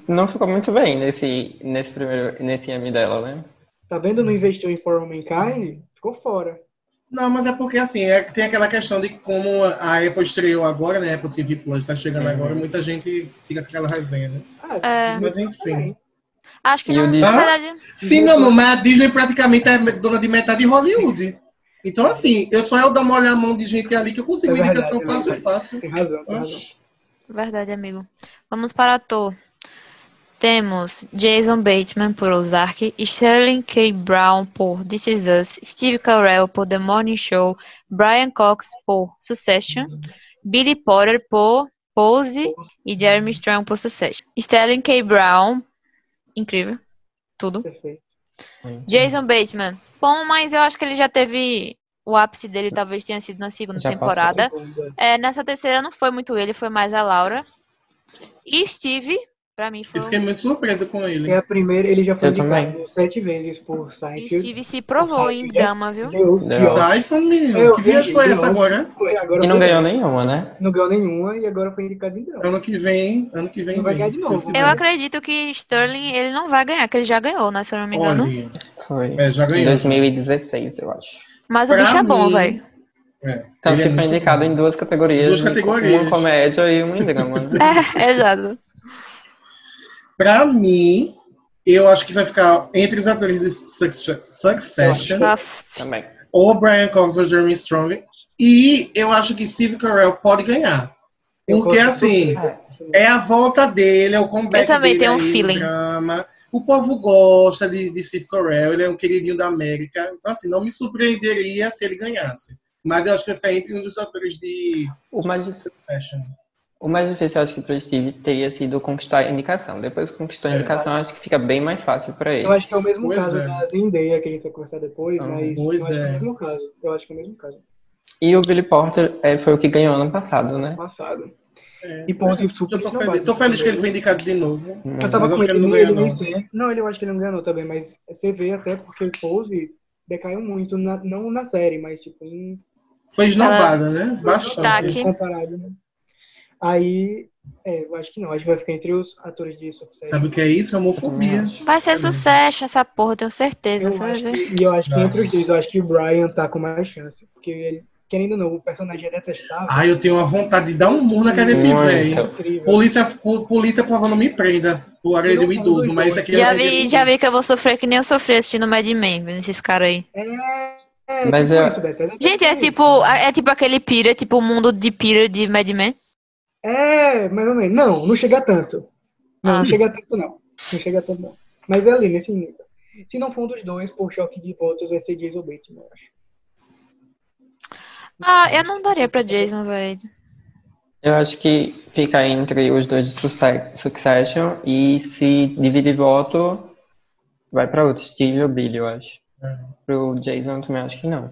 G: não ficou muito bem nesse, nesse primeiro nesse M dela, né?
H: Tá vendo? Não investiu em For All Mankind? Ficou fora.
I: Não, mas é porque assim, é, tem aquela questão de como a Apple estreou agora, né? Apple TV Plus tá chegando
G: Uhum.
I: agora, muita gente fica com aquela resenha, né?
H: Ah,
F: É.
H: sim,
I: Mas
H: também.
I: enfim.
F: Acho que
G: E o
F: não,
G: de-
F: na
I: Hã?
F: verdade.
H: Uhum.
I: Sim, meu amor, mas a Disney praticamente é dona de metade de Hollywood. Então, assim, eu só eu dar uma olhada na mão de gente ali que eu consigo
H: É
I: uma
H: verdade,
I: indicação
H: é
I: fácil,
H: verdade.
I: fácil.
H: Tem razão, tem razão.
I: Oxe.
F: Verdade, amigo. Vamos para ator. Temos Jason Bateman por Ozark, Sterling K. Brown por This Is Us, Steve Carell por The Morning Show, Brian Cox por Succession, Billy Potter por Pose e Jeremy Strong por Succession. Sterling K. Brown, incrível, tudo.
H: Perfeito.
F: Jason Bateman, bom, mas eu acho que ele já teve o ápice dele, talvez tenha sido na segunda
G: Já passou.
F: temporada.
H: Segunda.
F: É, nessa terceira não foi muito ele, foi mais a Laura. E Steve, pra mim, foi. um-
I: Eu
F: o-
I: fiquei muito surpresa com ele.
H: É a primeira, ele já foi
G: Eu
H: indicado sete vezes por Seinfeld.
F: Steve se provou em drama, viu?
H: Deus,
G: Não.
H: que ó-
I: Zyphon, menino,
H: Eu
I: que viagem
H: vi,
I: foi
H: de
I: essa
H: longe.
I: agora?
H: foi, agora
G: Né? E não
H: foi-
G: ganhou nenhuma, né?
H: Não ganhou nenhuma e agora foi indicado em drama.
I: Ano que vem, ano que vem.
H: Não vai
I: vem,
H: ganhar de
I: se
H: novo.
I: Deus
G: né?
I: quiser.
F: Eu acredito que Sterling ele não vai ganhar, que ele já ganhou, né? Se eu não me engano.
I: Olha,
G: Foi.
I: é, já
G: Em
I: ganhou.
G: 2016, eu acho.
F: Mas o
I: pra
F: bicho é bom,
I: mim,
F: velho.
I: É,
G: Então
I: ele é
G: ele foi
I: muito
G: indicado
I: bom.
G: em duas categorias. um
I: Duas categorias.
G: Uma comédia e uma em drama, né?
F: É, exato.
I: Pra mim, eu acho que vai ficar entre os atores de Succe- Succession,
F: Ah,
G: Também.
I: ou Brian Cox ou Jeremy Strong. E eu acho que Steve Carell pode ganhar.
H: Eu
I: Porque
H: gosto
I: assim, é a volta dele, é o comeback
F: Eu também
I: dele
F: tenho um
I: aí no
F: feeling.
I: drama. O povo gosta de, de Steve Carell, ele é um queridinho da América. Então assim, não me surpreenderia se ele ganhasse. Mas eu acho que vai ficar entre um dos atores de
G: O mais,
I: Succession.
G: o mais difícil, eu acho que pro Steve teria sido conquistar a indicação. Depois que conquistou
I: É.
G: a indicação, eu acho que fica bem mais fácil pra ele.
H: Eu acho que é o mesmo
I: Pois
H: caso
I: é.
H: da Zendaya que a gente vai conversar depois,
G: Ah,
H: mas
I: pois
H: eu acho que é
I: é.
H: o mesmo caso. Eu acho que é o mesmo caso.
G: E o Billy Porter eh, foi o que ganhou ano passado, né?
H: Passado.
I: É.
H: E ponto e super
I: Eu tô
H: não
I: feliz,
H: bate.
I: tô feliz que ele foi indicado de novo.
H: Eu tava
I: Mas
H: com
I: acho que
H: ele,
I: ele não
H: ele
I: ganhou,
H: nem
I: não.
H: sei. Não, ele eu acho que ele não ganhou também, mas você vê até porque o Pose decaiu muito, na- não na série, mas tipo, em
I: Foi esnobado, né? Bastante.
F: Destaque.
H: em comparado, né? Aí, é, eu acho que não, acho que vai ficar entre os atores de Succession.
I: Sabe o que é isso? Homofobia.
F: Vai ser sucesso essa porra, tenho certeza.
H: Eu
F: Você vai
H: acho
F: ver.
H: que- e eu acho que entre os dois, eu acho que o Brian tá com mais chance. Porque ele, querendo ou não, o personagem é detestável. É
I: Ah, eu tenho uma vontade de dar um murro na cara desse
G: Muito.
I: velho.
H: incrível.
I: Polícia, po- polícia, por favor, não me prenda. O areia um idoso, mas isso aqui
F: Já
I: eu sei
F: vi,
I: que-
F: já vi que eu vou sofrer que nem eu sofri assistindo Mad Men, vendo esses caras aí.
H: É,
G: Mas
H: tipo
G: é-
H: isso, Beto, exatamente
F: Gente, é
H: isso.
F: tipo, é tipo aquele pira, tipo o mundo de pira de Mad Men.
H: É, mais ou menos. Não, não chega tanto. Não, não
F: Ah.
H: chega tanto, não. Não chega tanto, não. Mas é ali, nesse nível. Se não for um dos dois, por choque de votos, vai ser Jason Bateman, eu acho.
F: Ah, eu não daria pra Jason, velho.
G: Eu acho que fica entre os dois de Succe- Succession e se dividir voto, vai pra outro, Steve ou Billy, eu acho.
H: É.
G: Pro Jason eu também acho que não.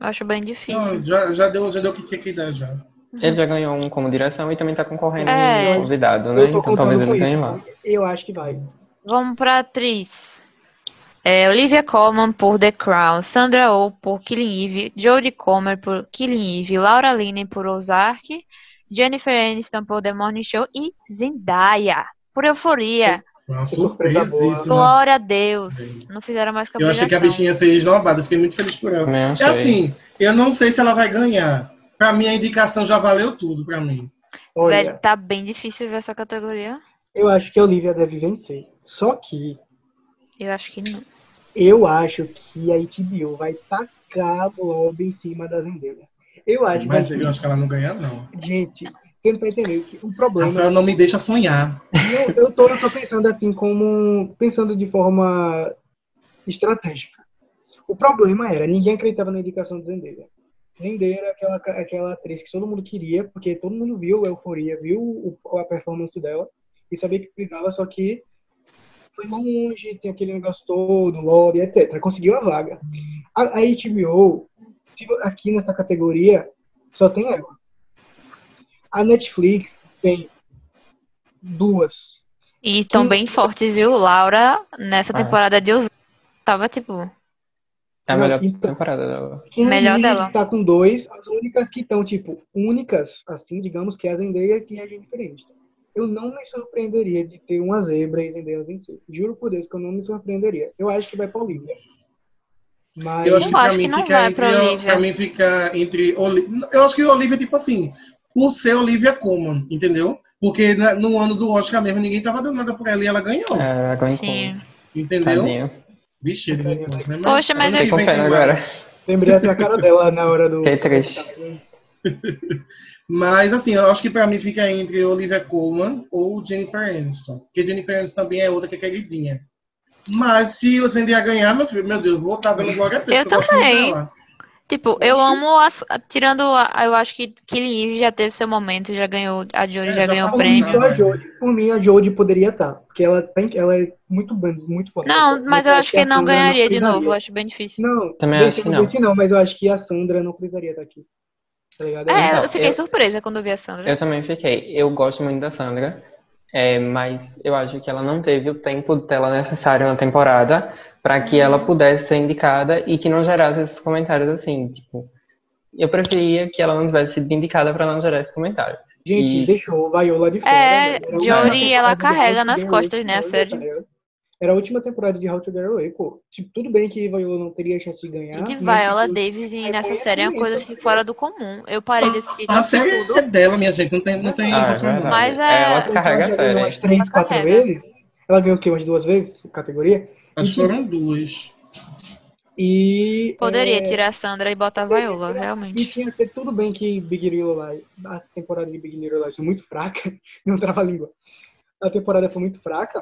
F: Eu acho bem
I: Não,
F: difícil.
I: já, já, deu, já deu o que tinha que dar já.
G: Ele já ganhou um como direção e também tá concorrendo
F: Uhum. É.
G: em convidado, né?
H: Eu tô
G: Então talvez
H: contando com
G: ele ganhe
H: isso.
G: lá.
H: Eu acho que vai.
F: Vamos pra atriz. É, Olivia Colman por The Crown, Sandra Oh por Killing Eve, Jodie Comer por Killing Eve, Laura Linney por Ozark, Jennifer Aniston por The Morning Show e Zendaya por Euforia.
I: Foi uma
H: surpresa
I: surpresíssima.
F: Glória a Deus. Não fizeram mais que
I: Eu achei que a
F: obrigação.
I: bichinha ia ser esnobada, fiquei muito feliz por ela.
G: Também
I: É
G: achei.
I: assim, eu não sei se ela vai ganhar. Pra mim, a indicação já valeu tudo pra mim.
H: Olha,
F: Velho, tá bem difícil ver essa categoria.
H: eu acho que a Olivia deve vencer. Só que
F: Eu acho que não.
H: Eu acho que a HBO vai tacar logo em cima da Zendaya. Eu acho que vai
I: Mas eu
H: ser.
I: acho que ela não ganha, não.
H: Gente, você não tá entendendo que o problema.
I: Rafael não me deixa sonhar.
H: Não, eu, tô, eu tô pensando assim, como. Pensando de forma estratégica. O problema era, ninguém acreditava na indicação de Zendaya. Zendaya era aquela, ca- aquela atriz que todo mundo queria, porque todo mundo viu a euforia, viu o- a performance dela, e sabia que precisava, só que foi longe, tem aquele negócio todo, lobby, etc. Conseguiu a vaga. A, a HBO, se vo- aqui nessa categoria, só tem ela. A Netflix tem duas
F: E estão bem fortes, viu? Laura, nessa
G: Ah.
F: temporada de Ozark, tava tipo.
G: É a melhor
H: Não, então-
G: temporada dela.
H: que
F: Melhor
H: Ingrid
F: dela.
H: Tá com dois, as únicas que estão, tipo, únicas, assim, digamos, que é a Zendaya e a Jennifer Aniston. Eu não me surpreenderia de ter uma zebra e Zendaya vencer. Juro por Deus que eu não me surpreenderia. Eu acho que vai pra Olivia. Mas
I: Eu acho que, pra,
F: acho
I: mim
F: que não
I: fica
F: vai
I: entre,
F: pra Olivia.
I: pra mim fica entre. Oli- Eu acho que Olivia, tipo assim, por ser Olivia Colman, entendeu? Porque na- no ano do Oscar mesmo ninguém tava dando nada por ela e ela ganhou.
G: É, ela ganhou
F: Sim.
I: Entendeu? Vixe, ele não gosta, né?
F: Poxa, mas
I: ano
F: eu-
I: que vem tem
G: Confere
I: mais.
G: agora.
H: lembrei até a cara dela na hora do.
G: Fiquei triste.
I: Mas assim, eu acho que pra mim fica entre Olivia Colman ou Jennifer Aniston. Porque Jennifer Aniston também é outra que é queridinha. Mas se o Zendaya ganhar, meu filho, meu Deus, eu vou estar dando glória a Deus.
F: Eu
I: porque gosto muito
F: também.
I: dela.
F: Tipo, eu amo as- a- tirando a, eu acho que Killing Eve já teve seu momento, já ganhou, a Jory
I: É,
F: já
I: já
F: ganhou o
I: passou,
F: prêmio.
I: já.
H: Por mim, a Jodie- Por mim, a Jodie poderia estar. Porque ela, tem, ela é muito boa. Muito boa.
F: Não, mas eu acho que
H: a
I: né?
F: não
H: Sandra
F: ganharia de
H: precisaria.
F: novo, eu acho bem difícil.
H: Não,
G: Também
H: deixa-
G: acho que não.
H: deixa não, mas eu acho que a Sandra não precisaria estar aqui. Tá ligado? Ela-
F: É, eu
G: eu-
F: fiquei surpresa quando eu vi a Sandra.
G: Eu também fiquei. Eu gosto muito da Sandra, é, mas eu acho que ela não teve o tempo dela necessário na temporada para que
F: Uhum.
G: ela pudesse ser indicada e que não gerasse esses comentários assim, tipo. Eu preferia que ela não tivesse sido indicada para não gerar esse comentário.
H: Gente,
G: E-
H: deixou Viola de fora.
F: É,
H: velho. Era a
F: Jory,
H: última
F: ela
H: temporada de
F: carrega
H: How to
F: nas
H: Get
F: costas,
H: Away,
F: né, a série.
H: tá ligado? Era a última temporada de How to Get Away, pô. Tipo, tudo bem que Viola não teria chance de ganhar.
F: Gente,
H: mas,
F: Viola
H: tipo,
F: Davis e
H: é
F: nessa série é uma coisa assim
H: conhecimento.
F: fora do comum. Eu parei de assistir tipo,
I: A
F: tanto
I: série é
F: tudo.
I: dela, minha gente. Não tem, não tem
G: Ah, é
I: como
G: verdade.
I: não.
F: Mas é-
G: Ela
H: então,
G: carrega né? a
H: já ganhou
G: série.
H: umas três,
F: Ela
H: quatro
F: carrega.
H: vezes. Ela ganhou o quê? Umas duas vezes? Categoria?
I: Mas foram duas.
H: E.
F: Poderia
H: é,
F: tirar a Sandra e botar a Viola,
H: E
F: realmente.
H: tinha até tudo bem que Big Little Lies, a temporada de Big Little Lies foi muito fraca, não trava a língua. A temporada foi muito fraca,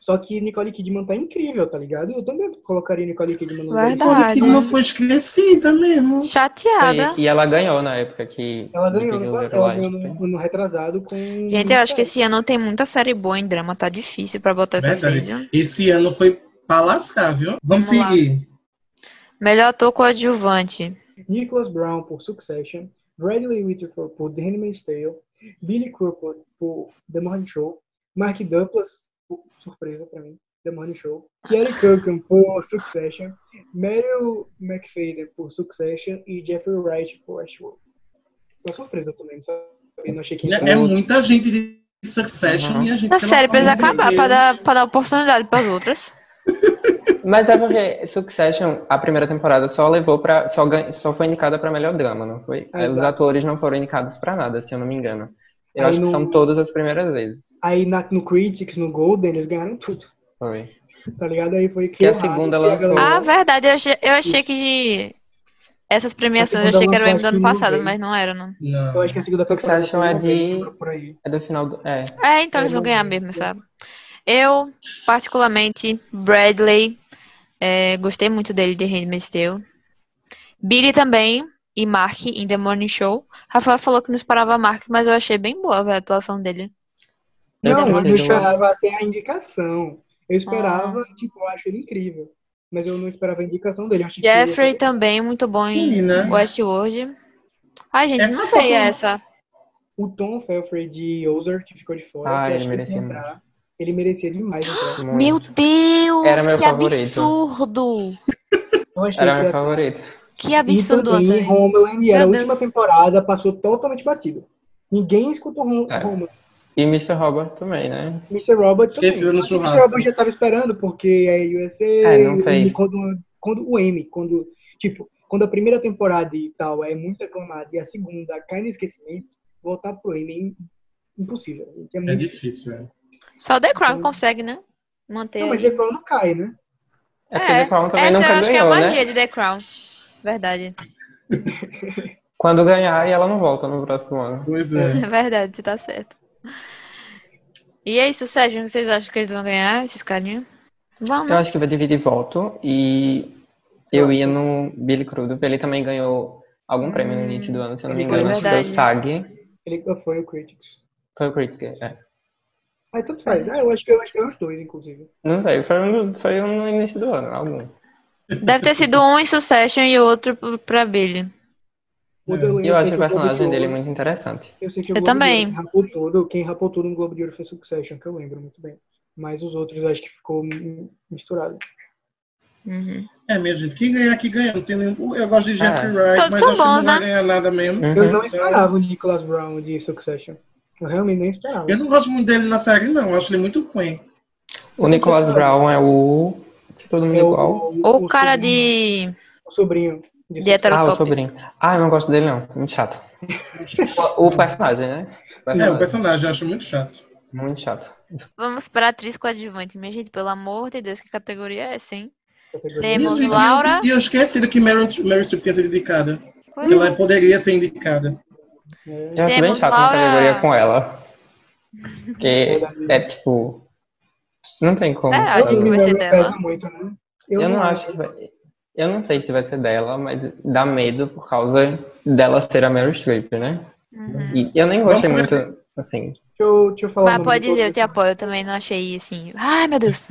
H: só que Nicole Kidman tá incrível, tá ligado? Eu também colocaria Nicole Kidman no lugar de-
F: É Verdade.
I: Nicole Kidman foi esquecida mesmo.
F: Chateada.
G: E, e ela ganhou na época que.
H: Ela
G: que
H: ganhou,
G: Little
H: ela
G: Little Lies,
H: ganhou
G: né?
H: no, no retrasado com.
F: Gente, eu acho que esse ano tem muita série boa em drama, tá difícil pra botar essa
I: Verdade.
F: season.
I: Esse ano foi pra lascar, viu? Vamos,
F: Vamos lá.
I: seguir.
F: Melhor ator coadjuvante.
H: Nicholas Brown por Succession, Bradley Whitford por The Handmaid's Tale, Billy Crawford por The Morning Show, Mark Duplass, por, surpresa pra mim, The Morning Show, Kelly Kirkham por Succession, Meryl McFadden por Succession e Jeffrey Wright por Ashworth. Uma surpresa também, sabe? Eu não achei que ia
I: É, é muita gente de Succession e a gente...
F: Essa
I: pelo
F: série precisa
I: amor de
F: acabar pra
I: Deus.
F: dar, pra dar oportunidade pras outras.
G: Mas é porque Succession, a primeira temporada, só levou pra. Só, gan- só foi indicada pra melhor drama, não foi?
H: Ah,
G: Os
H: tá.
G: atores não foram indicados pra nada, se eu não me engano. Eu
H: Aí
G: acho
H: no-
G: que são todas as primeiras vezes.
H: Aí na- no Critics, no Golden, eles ganharam tudo,
G: Foi.
H: tá ligado? Aí foi
G: Que é a
H: o
G: segunda
H: hype, e a
G: lançou.
H: galera-
F: Ah, verdade, eu achei, eu achei que. Essas premiações eu
H: Essa
F: achei que era o
H: mandala
F: Emmy do ano
H: não faz
F: passado,
H: nenhum
F: mas não era, não.
H: Eu
I: Não.
H: acho que a segunda temporada
G: Succession é de-
H: foi por aí.
G: É do final do. É.
F: É, então
H: Eu
F: eles vão
H: não
F: ganhar
H: vi.
F: mesmo, sabe? Eu, particularmente, Bradley, é, gostei muito dele de Handmaid's Tale. Billy também, e Mark em The Morning Show. Rafael falou que não esperava Mark, mas eu achei bem boa véi, a atuação dele.
G: Eu
H: Não,
G: também
H: mas eu
G: não.
H: esperava até a indicação. Eu esperava,
G: Ah.
H: tipo, eu acho ele incrível. Mas eu não esperava a indicação dele. Eu achei que ele ia
F: Jeffrey
H: ser-
F: também, muito bom em
I: Menina.
F: Westworld. Ai, gente,
I: Essa
F: não sei
I: foi-
F: essa.
H: O Tom Felfrey de Ozark, que ficou de fora.
G: Ah,
H: que eu
G: ele
H: acho que
G: merecia
H: entrar. Ele merecia demais entrar.
G: muito.
F: Meu Deus,
G: Era meu
F: que
G: favorito.
F: absurdo!
H: Eu achei
G: Era
H: que
G: meu
H: ia-
G: favorito.
F: Que absurdo,
H: E também,
F: Anthony.
H: Homeland,
F: Meu
H: era a
F: Deus.
H: última temporada, passou totalmente batido. Ninguém escutou Hom-
G: É.
H: Homeland.
G: E Mr. Robert também, né?
H: Mr. Robert também.
I: Esquecido no
H: Mas o Mr.
I: churrasco.
H: Robert já tava esperando, porque é USA,
G: É, não fez.
H: e quando, quando o M, quando, tipo, quando a primeira temporada e tal é muito aclamada e a segunda cai no esquecimento, voltar pro M é im- impossível. É
I: É
H: muito
I: difícil,
H: difícil.
I: é.
F: Só The Crown consegue, né? Manter.
H: Não, mas
F: ali.
H: The Crown não cai, né?
G: É porque The Crown também
F: essa eu
G: nunca
F: acho
G: ganhou,
F: que é a
G: né?
F: magia de The Crown. Verdade.
G: Quando ganhar, ela não volta no próximo ano.
I: Pois é.
F: É verdade, você tá certo. E é isso, Sérgio. o que Vocês acham que eles vão ganhar esses carinhos? Vamos,
G: Eu
F: né?
G: acho que vai dividir voto e eu ia no Billy Crudup. Ele também ganhou algum prêmio no início do ano, se eu não me
H: Ele foi
G: engano. Acho que foi o
F: É verdade.
G: SAG.
H: Ele foi o Critics.
G: Foi o Critics, é.
H: Mas tanto faz. Ah, eu acho que eu acho que é os dois, inclusive.
G: Não sei, foi, um- foi um no início do ano, algum.
F: Deve ter sido um em Succession e outro pro- pra Billy.
H: O
I: É.
H: The Wayne,
G: E eu
H: sei
G: acho o
H: que Globo de
G: personagem dele é
H: Ouro-
G: muito interessante.
H: Eu, sei
F: Eu
H: que o Globo
F: também.
H: de Ouro Rapou tudo, quem rapou tudo no Globo de Ouro foi Succession, que eu lembro muito bem. Mas os outros eu acho que ficou hum, misturado.
F: Uhum.
I: É, minha gente, quem ganhar, que ganha. Não tem nenhum... Eu gosto de Jeffrey
G: É.
I: Wright,
F: Todos
I: mas
F: são
I: acho que
F: bons,
I: não vai
F: né?
I: ganhar nada mesmo.
H: Eu
G: Uhum.
H: não esperava o Nicholas Brown de Succession. Eu realmente não esperava.
I: Eu não gosto muito dele na série, não. Eu acho ele muito quen.
G: O Nicholas Brown é o. que todo mundo
H: É
G: igual.
F: Ou o cara
H: sobrinho-
F: de,
H: O sobrinho. de
F: de
G: Ah, o
F: heterotop.
G: sobrinho. Ah, eu não gosto dele não. Muito chato. O, o personagem,
I: É,
G: né? O
I: o
G: personagem.
I: personagem eu acho muito chato.
G: Muito chato.
F: Vamos pra atriz coadjuvante. Minha gente, pelo amor de Deus, que categoria é essa, hein?
H: categoria.
F: Temos
I: Minha gente,
F: Laura.
I: E eu esqueci do que Meryl Meryl Streep tinha sido indicada. Que
F: é.
I: ela poderia ser indicada.
H: É,
G: Eu acho bem
F: Temos
G: chato
F: Laura.
G: uma categoria com ela. Porque é tipo. Não tem como.
F: Será,
G: sabe?
F: gente,
H: filme
F: vai ser
H: Meryl
F: dela?
H: pesa muito, né?
G: Eu não acho que vai. Eu não sei se vai ser dela, mas dá medo por causa dela ser a Meryl Streep, né? E eu nem gostei
I: Vamos
G: muito,
I: ver.
G: assim.
H: Deixa eu, deixa eu falar. o
F: Mas
H: nome
F: pode
H: do
F: dizer, eu te
H: outro.
F: apoio. Eu também não achei assim. Ai, meu Deus.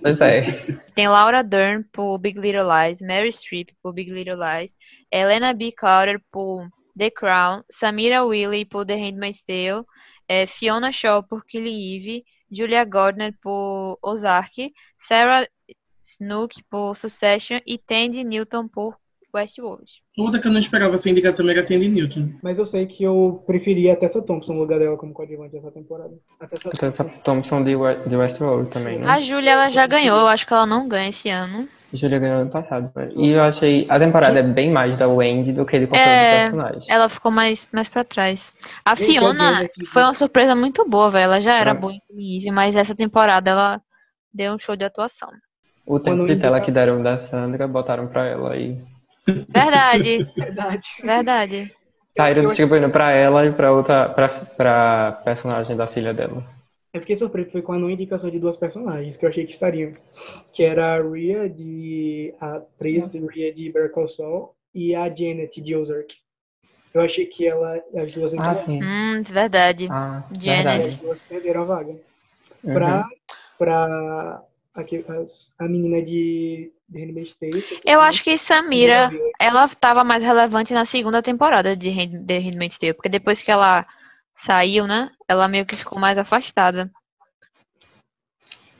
G: Pois é.
F: Tem Laura Dern por Big Little Lies, Mary Streep por Big Little Lies, Helena B. Carter por The Crown, Samira Willy por The Handmaid's Tale, eh, Fiona Shaw por Killing Eve, Julia Gardner por Ozark, Sarah Snook por Succession e Tandy Newton por Westworld.
I: Outra que eu não esperava ser indicada também era Tandy Newton.
H: Mas eu sei que eu preferia a Tessa Thompson no lugar dela como coadjuvante essa temporada. A Tessa
G: Então, essa Thompson de, We- de Westworld também, né?
F: A Júlia, ela já ganhou, eu acho que ela não ganha esse ano.
G: Júlia ganhou ano passado. né? E eu achei a temporada é bem mais da Wendy do que de qualquer
F: É,
G: outro personagem.
F: Ela ficou mais, mais pra trás. A
H: Quem quer
F: Fiona
H: dizer que-
F: foi uma surpresa muito boa, velho. Ela já era
G: Pra-
F: boa, inclusive, mas essa temporada ela deu um show de atuação.
G: O tempo
H: Quando
G: de tela
H: indica-
G: que deram da Sandra, botaram pra ela e
F: Verdade,
H: Verdade.
F: verdade.
G: saíram
H: eu-
G: distribuindo pra ela e pra outra, pra, pra personagem da filha dela.
H: Eu fiquei surpreso foi com a não indicação de duas personagens que eu achei que estariam. Que era a Rhea de. A atriz
G: Uhum.
H: Rhea de Better Call Saul e a Janet de Ozark. Eu achei que ela. As duas
G: Ah,
H: entraram.
G: sim.
F: Hum, verdade.
G: Ah,
H: As
F: Janet.
H: duas perderam a vaga.
G: Uhum. Verdade.
H: Pra. Pra. aque- as- a menina de. de Handmaid's State.
F: Eu acho que é Samira, ela tava mais relevante na segunda temporada de Hand- The Handmaid's Tale, porque depois que ela saiu, né, ela meio que ficou mais afastada.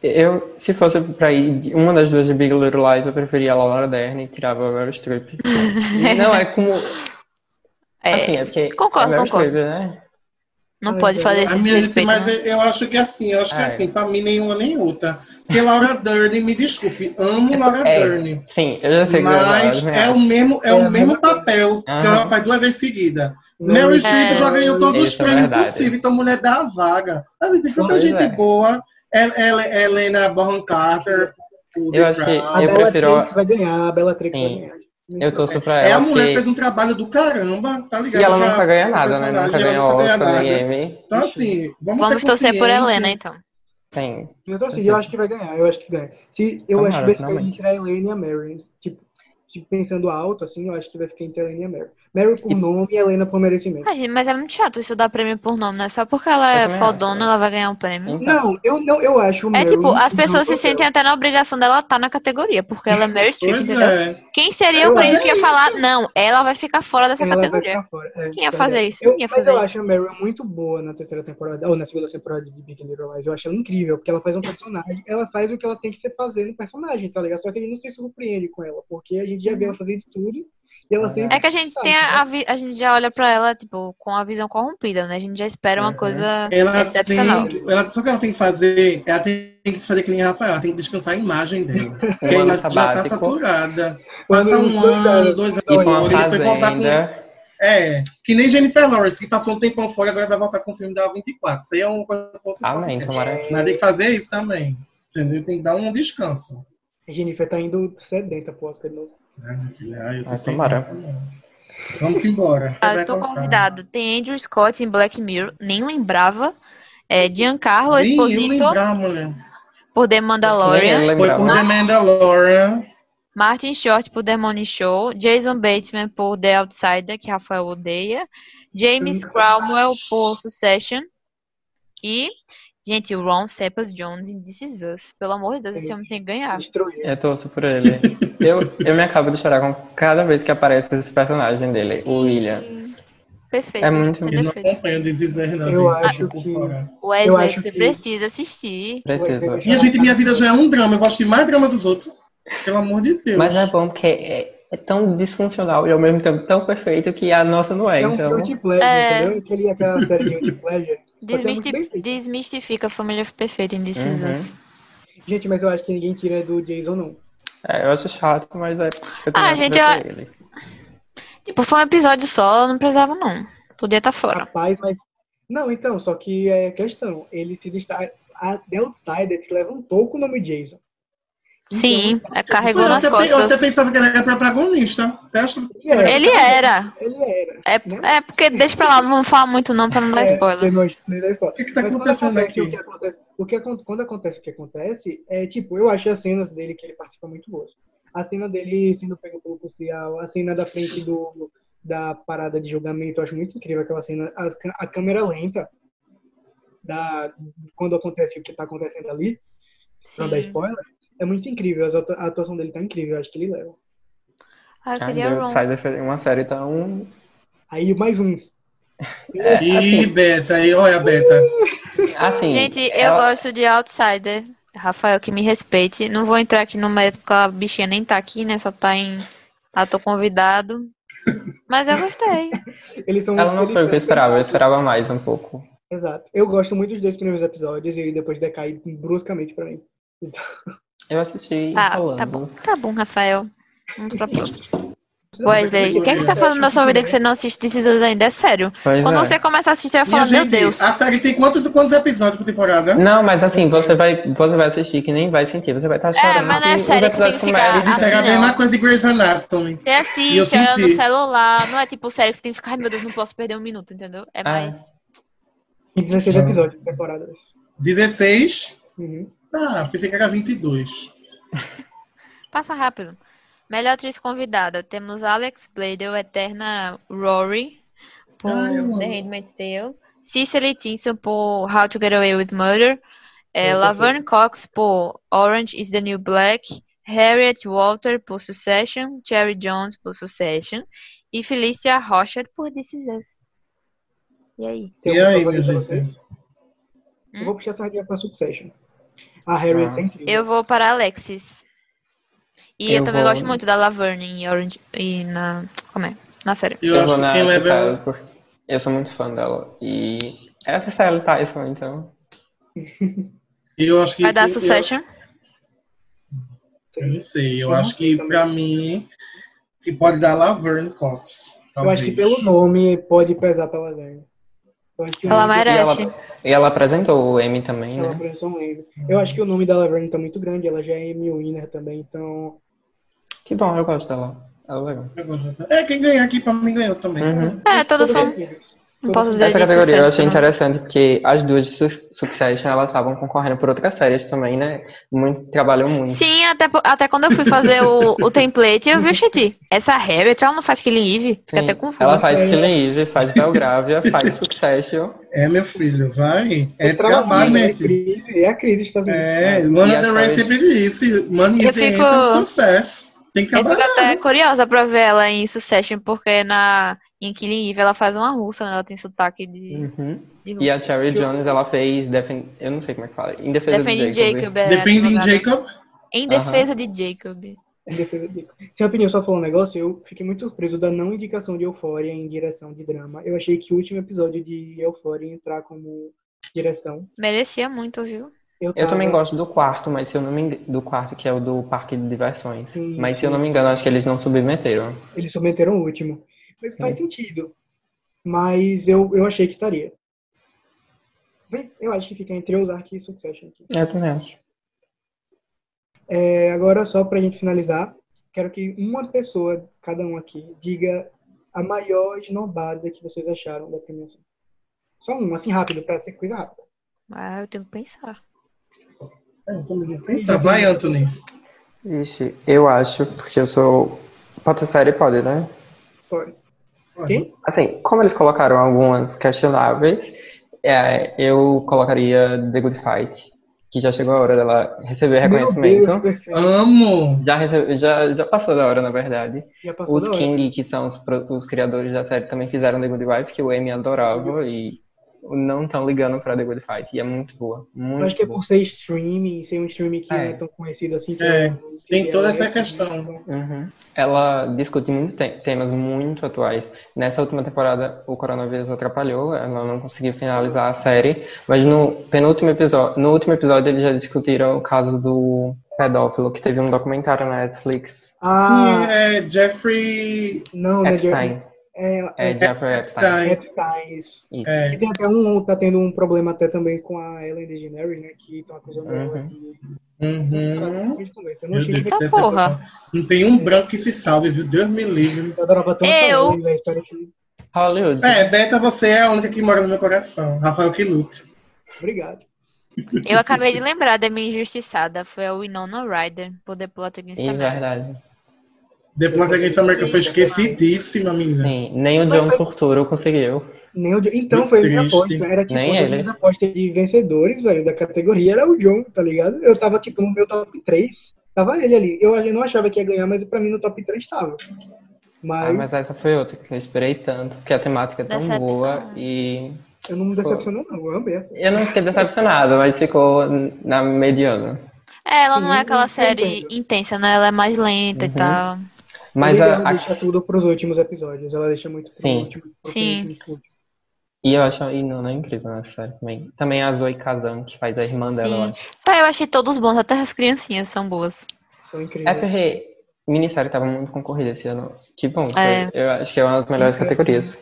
G: Eu, se fosse pra ir de uma das duas de Big Little Lies, eu preferia a Laura Dern e tirava a Meryl Streep. Não, é como...
F: É,
G: Assim, é porque
F: concordo,
G: é Meryl
F: concordo.
G: Streep, né?
F: não
H: Ai,
F: pode
H: velho.
F: fazer
H: A
I: A
F: esse né?
I: minha gente,
F: desrespeito.
I: mas é-
F: não.
I: eu eu acho que assim, eu acho que
G: Ah, é.
I: assim, pra mim nenhuma nem outra. Porque Laura Dern, me desculpe, amo Laura
G: É,
I: Dern.
G: Sim, eu já sei que
I: Mas
G: eu-
I: é o mesmo, é
H: É a
I: o mesmo
H: mesma
I: papel que
G: Aham.
I: ela faz duas vezes seguida. Meryl
H: é-
I: Streep já ganhou todos os
G: Isso é
I: prêmios
G: verdade.
I: possíveis, então mulher dá a vaga. Assim, tem tanta
G: Pois
I: gente
G: é.
I: boa. El- El- é Helena Bonham Carter. o
G: Eu
I: The
G: achei-
I: Crown.
H: A
G: eu
H: Bella
G: prefiro-
H: Trix vai ganhar, a Bella Trix vai
G: Sim.
H: ganhar.
G: Eu torço pra
I: É,
G: ela,
I: a mulher
G: porque-
I: fez um trabalho do caramba, tá
G: E
I: ligado?
G: ela
I: Pra-
G: nunca ganha
I: pra
G: nada, né?
I: personagem,
G: Nunca
I: ela
G: ganha
I: nunca ganha
G: Oscar, nem
I: nada.
G: Emmy.
I: Então, assim, vamos,
F: Vamos
I: ser
F: torcer por
I: conscientes.
F: Helena, então.
G: Tem.
H: Eu tô assim, eu acho que vai ganhar, eu acho que ganha. Se, eu
G: Tá Tomara,
H: acho que vai ficar
G: finalmente.
H: entre a Elaine e a Mary. Tipo, tipo, pensando alto, assim, eu acho que vai ficar entre a Elaine e a Mary. Mary por nome e a Helena por merecimento.
F: Ah, gente, Mas é muito chato isso dar prêmio por nome, né? Só porque ela
G: Eu
F: é
G: também
F: fodona,
G: acho.
F: ela vai ganhar um prêmio.
G: Então,
H: Não, eu não, eu acho
F: É
H: Meryl
F: tipo, as
H: um
F: pessoas se
H: papel.
F: sentem até na obrigação dela estar na categoria, porque ela é Meryl Streep,
I: Pois
F: entendeu?
I: é.
F: Quem seria o
H: Mas
F: prêmio
I: é
F: que ia falar, não, ela vai ficar fora dessa
H: Ela vai
F: categoria?
H: ficar fora, é,
F: Quem ia
H: tá
F: fazer
H: ligado?
F: isso?
H: Eu,
F: Quem ia
H: mas
F: fazer
H: eu
F: isso?
H: acho a Meryl muito boa na terceira temporada, ou na segunda temporada de Big Little Lies. Eu acho ela incrível, porque ela faz um personagem, ela faz o que ela tem que ser fazer no personagem, tá ligado? Só que a gente não se surpreende com ela, porque a gente já vê ela fazer de tudo, e
G: Uhum.
H: ela sempre...
F: Uhum. É que a gente tem a, a vi- a gente já olha pra ela, tipo, com a visão corrompida, né? A gente já espera uma
G: Uhum.
F: coisa
I: Ela
F: é excepcional.
I: tem, ela, só que ela tem que fazer, ela tem que fazer que nem a Rafael, ela tem que descansar a imagem dela. Porque a
G: um ano
I: imagem já tá
G: sabático
I: saturada. Passa um ano, dois
G: e com
I: anos,
G: a
I: e depois voltar com
G: Fazenda.
I: É, que nem Jennifer Lawrence, que passou um tempão fora e agora vai voltar com o filme da 24. Isso aí é um coisa.
G: Amém, tomara.
I: Mas tem que fazer isso também. Entendeu? Tem que dar um descanso.
H: A Jennifer tá indo sedenta pro Oscar de novo.
I: Ai, minha filha, ai, eu tô
G: Ah,
I: sem
G: tomara.
I: tempo, não. Vamos embora.
F: Ah, eu tô convidado. Tem Andrew Scott em Black Mirror, nem lembrava. É, Giancarlo
I: Nem eu
F: Esposito
I: lembrar, mulher.
F: por The Mandalorian.
G: Nem
I: Foi
G: lembrava.
I: por The Mandalorian.
F: Martin Short por The Money Show, Jason Bateman por The Outsider, que Rafael odeia, James Cromwell por Succession e, gente, o Ron Seppas Jones em This Is Us. Pelo amor de Deus, esse homem tem que ganhar.
H: Destruir.
G: Eu torço por ele. Eu, eu me acabo de chorar com cada vez que aparece esse personagem dele, o William.
F: Sim. Perfeito.
G: É muito
F: sem
I: Eu não
F: defeitos.
I: acompanho o Desizé, não.
H: Eu
I: gente,
H: acho
I: por
H: que-
I: fora.
F: Wesley,
H: acho
F: você
H: que-
F: precisa assistir.
G: Preciso.
I: Minha gente, minha vida já é um drama. Eu gosto de mais drama dos outros. Pelo amor de Deus.
G: Mas é bom porque é, é tão disfuncional e ao mesmo tempo tão perfeito que a nossa não é.
H: É um
G: Então,
H: guilty pleasure,
F: É.
H: entendeu? Aquele, aquela série de guilty pleasure.
F: Desmisti-
H: muito bem feito.
F: Desmistifica a família perfeita em This Is
G: Uhum.
F: Us.
H: Gente, mas eu acho que ninguém tira do Jason, não.
G: é, eu acho chato, mas é. Eu
F: Ah,
G: também
F: gente,
G: aprecio ele.
F: Tipo, foi um episódio só, não precisava não. Podia estar fora.
H: Rapaz, mas... Não, então, só que é questão. Ele se destaca... A The Outsider se levantou com o nome Jason. Então,
F: Sim, é, carregou
I: eu,
F: nas
I: até, eu até
F: costas.
I: pensava que ele era protagonista. Até acho
H: Então, Ele era.
F: Ele era.
H: Ele era.
F: É,
H: Né?
F: é porque deixa pra lá, não vamos falar muito não pra não dar
H: É,
F: spoiler.
H: ele não- ele não é foda.
I: O que que tá
H: Mas quando
I: acontecendo aqui?
H: acontece O que acontece, o que acon- quando acontece o que acontece, é tipo, eu achei as cenas dele que ele participa muito boas. A cena dele sendo pego pelo policial, a cena da frente do, da parada de julgamento, eu acho muito incrível aquela cena. As ca- a câmera lenta, da, quando acontece o que tá acontecendo ali, pra não dar
F: Sim.
H: spoiler, é muito incrível. As atua- A atuação dele tá incrível, eu acho que ele leva.
F: Ah, eu
G: Ah,
F: queria
G: Deus,
F: Ron.
G: sai dessa- uma série tá um- tão.
H: Aí, mais um.
I: Ih, Beta, aí, olha, Beta.
G: Assim.
F: Gente, eu
G: ela-
F: gosto de Outsider. Rafael, que me respeite. Não vou entrar aqui no mérito porque a bichinha nem tá aqui, né? Só tá em Ator convidado. Mas eu gostei.
H: Eles são
G: Ela não
H: eles
G: foi o que eu
H: são-
G: esperava, eu esperava mais um pouco.
H: Exato. Eu gosto muito dos dois primeiros episódios e depois decai bruscamente pra mim. Então,
G: Eu assisti
F: Tá,
G: falando.
F: tá bom. Tá bom, Rafael. Vamos pra próxima. Wesley, o que é que você tá
H: Eu
F: falando da
H: acho
F: sua
H: que
F: vida que você não assiste This Is Us ainda? É sério.
G: Pois
F: Quando
G: é.
F: você começa a assistir, você vai
I: Minha
F: falar, meu
I: gente,
F: Deus.
I: A série tem quantos, quantos episódios por temporada?
G: Não, mas assim, você vai, você vai assistir que nem vai sentir. Você vai estar chorando.
F: mas não é
G: que os
F: série que você tem que
G: episódios começam.
F: ficar-
I: Isso é a
F: assim não.
I: mesma coisa de Grey's Anatomy.
F: Você assiste
I: Eu
F: olhando no
I: senti.
F: celular, não é tipo série que você tem que ficar, ai meu Deus, não posso perder um minuto, entendeu? É mais.
H: Tem 16 episódios por temporada.
I: 16?
H: Uhum.
I: Ah, pensei que era 22.
F: Passa rápido. Melhor atriz convidada. Temos Alex Bledel, Eterna Rory, por
I: Ah, eu amo.
F: The Handmaid's Tale. Cicely Tinson, por How to Get Away with Murder. É, Laverne Cox, por Orange is the New Black. Harriet Walter, por Succession. Cherry Jones, por Succession. E Felicia Rocha, por This Is Us. E aí?
H: Tem
I: E
H: algum
I: aí,
H: favorito
I: minha
H: pra
I: gente?
H: vocês?
F: Hum?
H: Eu vou puxar a sardinha pra Succession. A Harriet
G: Ah.
H: é incrível.
F: Eu vou para Alexis. E eu,
G: Eu
F: também
G: vou-
F: gosto muito da Laverne em Orange e na. Como é? Na série.
I: Eu,
G: Eu
I: acho
G: vou
I: que
G: na
I: quem leva é
G: Cecília, porque eu sou muito fã dela. E essa série tá isso, então.
I: Eu acho que.
F: Vai dar
I: eu-
F: Succession.
I: Eu, eu não sei.
H: Uhum.
I: Eu acho que, pra mim, que pode dar Laverne Cox.
H: Eu acho que pelo nome pode pesar pra Laverne. Eu acho que o
F: Ela
H: nome- é
F: merece.
G: E ela, e ela apresentou o Emmy também,
H: Ela
G: né?
H: produção Wave. Eu acho que o nome da Laverne tá muito grande, ela já é Amy Winner também, então.
G: Que bom, eu gosto dela. Ela é legal.
I: É, quem ganhar aqui pra mim ganhou também.
G: Uhum.
F: É, todas são. Não
H: Todas
F: posso
H: são-
F: dizer
G: Essa
F: de né?
G: categoria eu
F: Succession,
G: achei
F: não.
G: interessante porque as duas de Su- Succession elas estavam concorrendo por outras séries também, né? Muito, trabalham muito.
F: Sim, até, po- até quando eu fui fazer o, o template, eu vi, gente, essa Harriet, ela não faz Killing Eve? Fica
G: Sim.
F: até confuso.
G: Ela faz
H: É.
G: Killing Eve, faz Belgrávia, faz Succession.
I: É, meu filho, vai. É
H: Outra
I: trabalho,
H: Laverne,
I: né?
H: é crise, é a crise dos Estados Unidos.
I: É,
G: E
I: Lana
G: a
I: Del Rey
G: Sally-
I: sempre disse: Money
F: Eu
I: is the
F: fico-
I: anthem of success. Tem que
F: Eu fico
I: acabar.
F: até curiosa pra ver ela em Succession, porque na, em Killing Eve ela faz uma russa, né? Ela tem sotaque de,
G: Uhum.
F: de
G: E a
F: russa.
G: Cherry Jones, ela fez. Defen... Eu não sei como é que fala. Em defesa
F: Defende
G: do Jacob. né?
F: Jacob. é,
I: Defending
F: advogada.
I: Jacob.
F: Em
G: Aham.
F: defesa de Jacob.
H: Em defesa de- Sem opinião, só falar um negócio, eu fiquei muito surpreso da não indicação de Euphoria em direção de drama. Eu achei que o último episódio de Euphoria ia entrar como direção.
F: Merecia muito, viu?
G: Eu
H: tava-
G: também gosto do quarto, mas se eu não me engano, do quarto que é o do parque de diversões.
H: Sim,
G: mas se eu
H: sim.
G: não me engano, acho que eles não submeteram.
H: Eles submeteram o último. Mas Faz
G: É.
H: sentido. Mas eu, eu achei que estaria. Mas eu acho que fica entre Ozark e Succession aqui.
G: Eu também acho.
H: É, agora, só pra gente finalizar, quero que uma pessoa, cada um aqui, diga a maior esnobada que vocês acharam da premiação. Só uma, assim, rápido, pra ser coisa rápida.
F: Ah, eu tenho que pensar.
I: Pensa, Tá, vai, Anthony.
G: Ixi, eu acho, porque eu sou. Pode ser série, pode, né?
H: Fora. Quem?
G: Assim, como eles colocaram algumas questionáveis, é, eu colocaria The Good Fight, que já chegou a hora dela receber
H: Meu Deus,
G: reconhecimento.
H: perfeito.
I: Amo.
G: Já, recebe- já, já passou da hora, na verdade.
H: Já passou
G: Os
H: da hora.
G: King, que são os, pro- os criadores da série, também fizeram The Good Wife, que o Amy adorava e não estão ligando pra The Good Fight. E é muito boa.
H: Eu acho
G: Muito
H: que é
G: boa.
H: por ser streaming, ser um streaming que não é
G: É.
H: tão conhecido assim. que
I: É,
H: eu-
I: tem toda
H: é,
I: essa
H: é,
I: questão.
G: Uhum. Ela discute muito te- temas muito atuais. Nessa última temporada, o coronavírus atrapalhou, ela não conseguiu finalizar a série, mas no penúltimo episódio, no último episódio eles já discutiram o caso do pedófilo, que teve um documentário na Netflix,
H: Ah,
I: Sim, é Jeffrey
H: não, né? Jerry?
G: Epstein.
H: É,
G: É,
H: é,
G: Jeffrey Epstein.
I: Stein.
H: Epstein, isso.
G: Isso.
I: É,
H: E tem até um, tá tendo um problema até também com a Ellen DeGeneres, né? Que estão acusando ela
G: Uhum.
H: de...
I: Uhum.
H: Eu não
I: Meu
H: achei
I: Deus,
H: que
F: Eita
I: dessa
F: Então, porra.
I: pessoa. Não tem um branco que se salve, viu? Deus me livre.
H: eu adorava tanto a
F: Eu?
H: Ellen, né, a história que...
G: Hollywood.
I: É, Beta, você é a única que mora no meu coração. Rafael que luta.
H: Obrigado.
F: Eu acabei de lembrar da minha injustiçada. Foi a Winona Ryder, por The Plot Against
G: Em
F: America.
G: verdade.
I: Depois que a América foi esquecidíssima,
F: né?
I: menina.
G: Sim, nem o
H: Mas
G: John
H: foi-
G: Turturro conseguiu.
H: Nem o John- Então,
I: Muito
H: foi a minha
I: triste.
H: aposta. Era tipo
G: Nem
H: uma das
G: ele.
H: minhas apostas de vencedores, velho, da categoria. Era o John, tá ligado? Eu tava, tipo, no meu top 3. Tava ele ali. Eu, eu não achava que ia ganhar, mas pra mim no top 3 tava. Mas,
G: Ah, mas essa foi outra que eu esperei tanto, porque a temática é tão
F: Decepção.
G: boa e.
H: eu não me decepcionei, não. Eu amei essa.
G: Eu não fiquei decepcionado, mas ficou na mediana.
F: É, ela não é
H: Sim,
F: aquela
H: eu
F: série
H: entendo.
F: intensa, né? Ela é mais lenta e
G: Uhum.
F: tal.
G: Mas
H: Ele,
G: a-
H: ela
G: a-
H: deixa tudo pros últimos episódios. Ela deixa muito pro
G: Sim.
H: último. pro
F: Sim.
H: penúltimo, pro último.
G: E eu acho. E não, não é incrível nessa série também. Também é a Zoe Kazan, que faz a irmã dela, eu
F: Sim.
G: acho.
F: Pai, eu achei todos bons, até as criancinhas são boas.
H: São
G: É
H: incríveis.
G: porque minissérie tava muito concorrida esse ano. Que bom. que
F: É.
G: Eu acho que é uma das melhores
H: Sim, é.
G: categorias.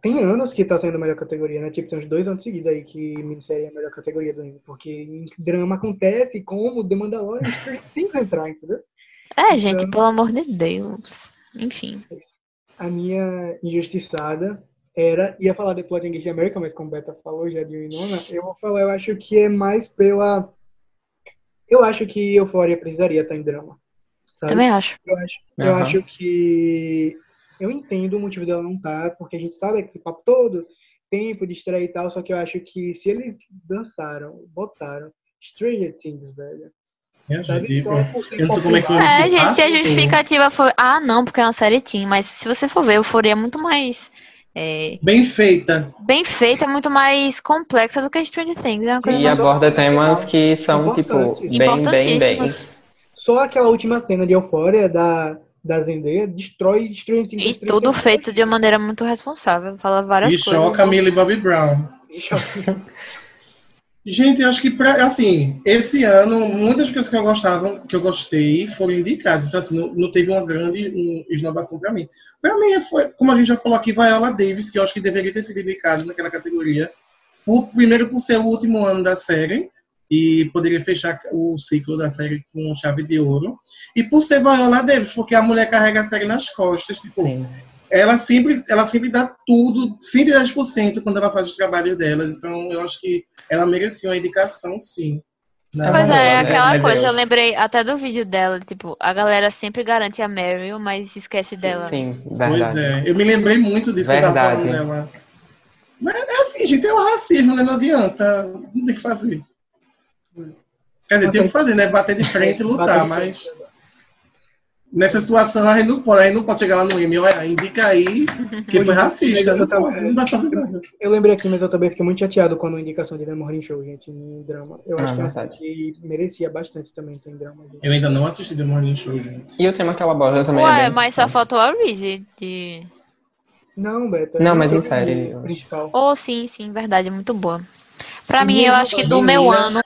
H: Tem anos que tá sendo a melhor categoria, né? Tipo, tem uns dois anos seguidos aí que minissérie é a melhor categoria do Emmy. Porque em drama acontece como The Mandalorian tem que entrar, entendeu? Então.
F: É, gente, pelo amor de Deus. Enfim.
H: A minha injustiçada era... Ia falar de Plot Engage America, mas como o Beta falou já de Winona, eu vou falar, eu acho que é mais pela... Eu acho que Euphoria precisaria estar em drama. Sabe?
F: Também acho.
H: Eu acho, eu
G: Aham.
H: acho que. Eu entendo o motivo dela não estar, porque a gente sabe que esse papo todo, tempo de estreia e tal, só que eu acho que se eles dançaram, botaram Stranger Things, velho.
I: Eu
F: Tá
I: acho
H: Sabe? Só
I: ridículo.
H: por ser
I: Eu não sei como é que Mas
H: popular.
F: É,
I: se
F: gente, se a
G: assim-
I: passou-
F: justificativa foi. Ah, não, porque é uma série teen, mas se você for ver, Euforia é muito mais. é,
I: Bem feita.
F: bem feita, é muito mais complexa do que Stranger Things. É uma coisa
G: E
F: mais
G: aborda temas que são, tipo,
H: Importantes.
G: bem, bem, bem.
F: Importantíssimos.
H: Só aquela última cena de Euphoria da, da Zendaya destrói Stranger Things.
F: E
H: Stranger
F: tudo
H: Things.
F: feito de uma maneira muito responsável. Fala várias
I: E
G: é
F: coisas. né?
I: choca Millie Bobby Brown.
H: E choca.
I: Gente, eu acho que pra, assim, esse ano muitas coisas que eu gostava, que eu gostei, foram indicadas. Então assim, não, não teve uma grande um, inovação para mim. Para mim foi, como a gente já falou aqui, Viola Davis, que eu acho que deveria ter sido indicada naquela categoria. O primeiro por ser o último ano da série e poderia fechar o ciclo da série com chave de ouro. E por ser Viola Davis, porque a mulher carrega a série nas costas, tipo,
G: Sim.
I: ela sempre, ela sempre dá tudo, 110% quando ela faz os trabalhos delas. Então, eu acho que ela merecia uma indicação, sim. Na-
F: Pois
G: Vamos
F: é, é
G: lá, né?
F: aquela
G: Meu
F: coisa. Eu
G: Deus.
F: lembrei até do vídeo dela. Tipo, a galera sempre garante a Meryl, mas esquece dela.
G: Sim, verdade.
I: Pois é, eu me lembrei muito disso que eu tava
G: Verdade.
I: falando dela. Mas é assim, gente, é o racismo, né? Não adianta, não tem o que fazer. Quer dizer, tem o que fazer, né? Bater de frente e
H: Bater
I: lutar,
H: de
I: mas nessa situação a gente não pode, a gente não pode chegar lá no M, olha, indica aí que foi racista. Não, pode, não dá pra fazer nada.
H: Eu lembrei aqui, mas eu também fiquei muito chateado com a indicação de The Morning Show, gente, em drama. Eu acho
G: Ah,
H: que é uma
G: verdade.
H: série que merecia bastante também ter em drama. gente.
I: Eu ainda não assisti The Morning Show, gente.
G: E o tema que ela aborda também é
F: Ué,
G: bem...
F: mas só faltou a Reese de.
H: Não, Beto. é
G: Não, mas
H: tem
G: em série, eu-
H: Principal.
F: Oh, sim, sim, verdade, é muito boa. Pra
I: Sim,
F: mim, eu
I: essa
F: acho que do
I: menina-
G: né?
F: meu ano,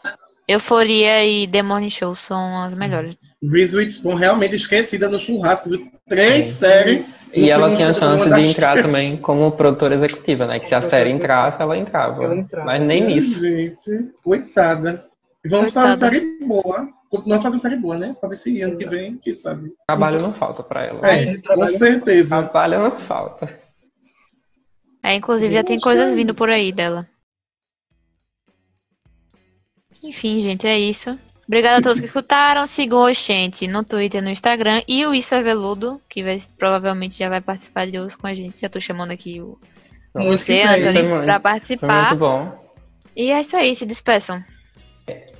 F: Euforia e The Morning Show são as melhores.
I: Reese Witherspoon realmente esquecida no churrasco, viu? Três séries.
G: E ela tinha a chance de entrar
I: Três.
G: também como produtora executiva, né? Que se a série entrasse, ela entrava.
H: Ela entrava.
G: Mas nem nisso.
I: Gente, coitada. E Vamos
F: Coitada.
I: fazer série boa. Continuar fazendo série boa, né? Pra ver se ano que vem, quem sabe.
G: Trabalho não falta pra ela.
I: É, com certeza.
G: Trabalho não falta.
F: É, inclusive, já tem
I: Nossa,
F: coisas
I: é
F: vindo
I: isso.
F: por aí dela. Enfim, gente, é isso. Obrigada a todos que escutaram. Sigam o gente no Twitter, no Instagram. E o Isso é Veludo, que vai- provavelmente já vai participar de hoje com a gente. Já tô chamando aqui o
G: Não,
I: Muito
F: você,
I: bem.
G: Foi
F: Anthony,
G: muito-
F: pra
G: Foi muito
F: participar.
G: bom.
F: E é isso aí, se despeçam.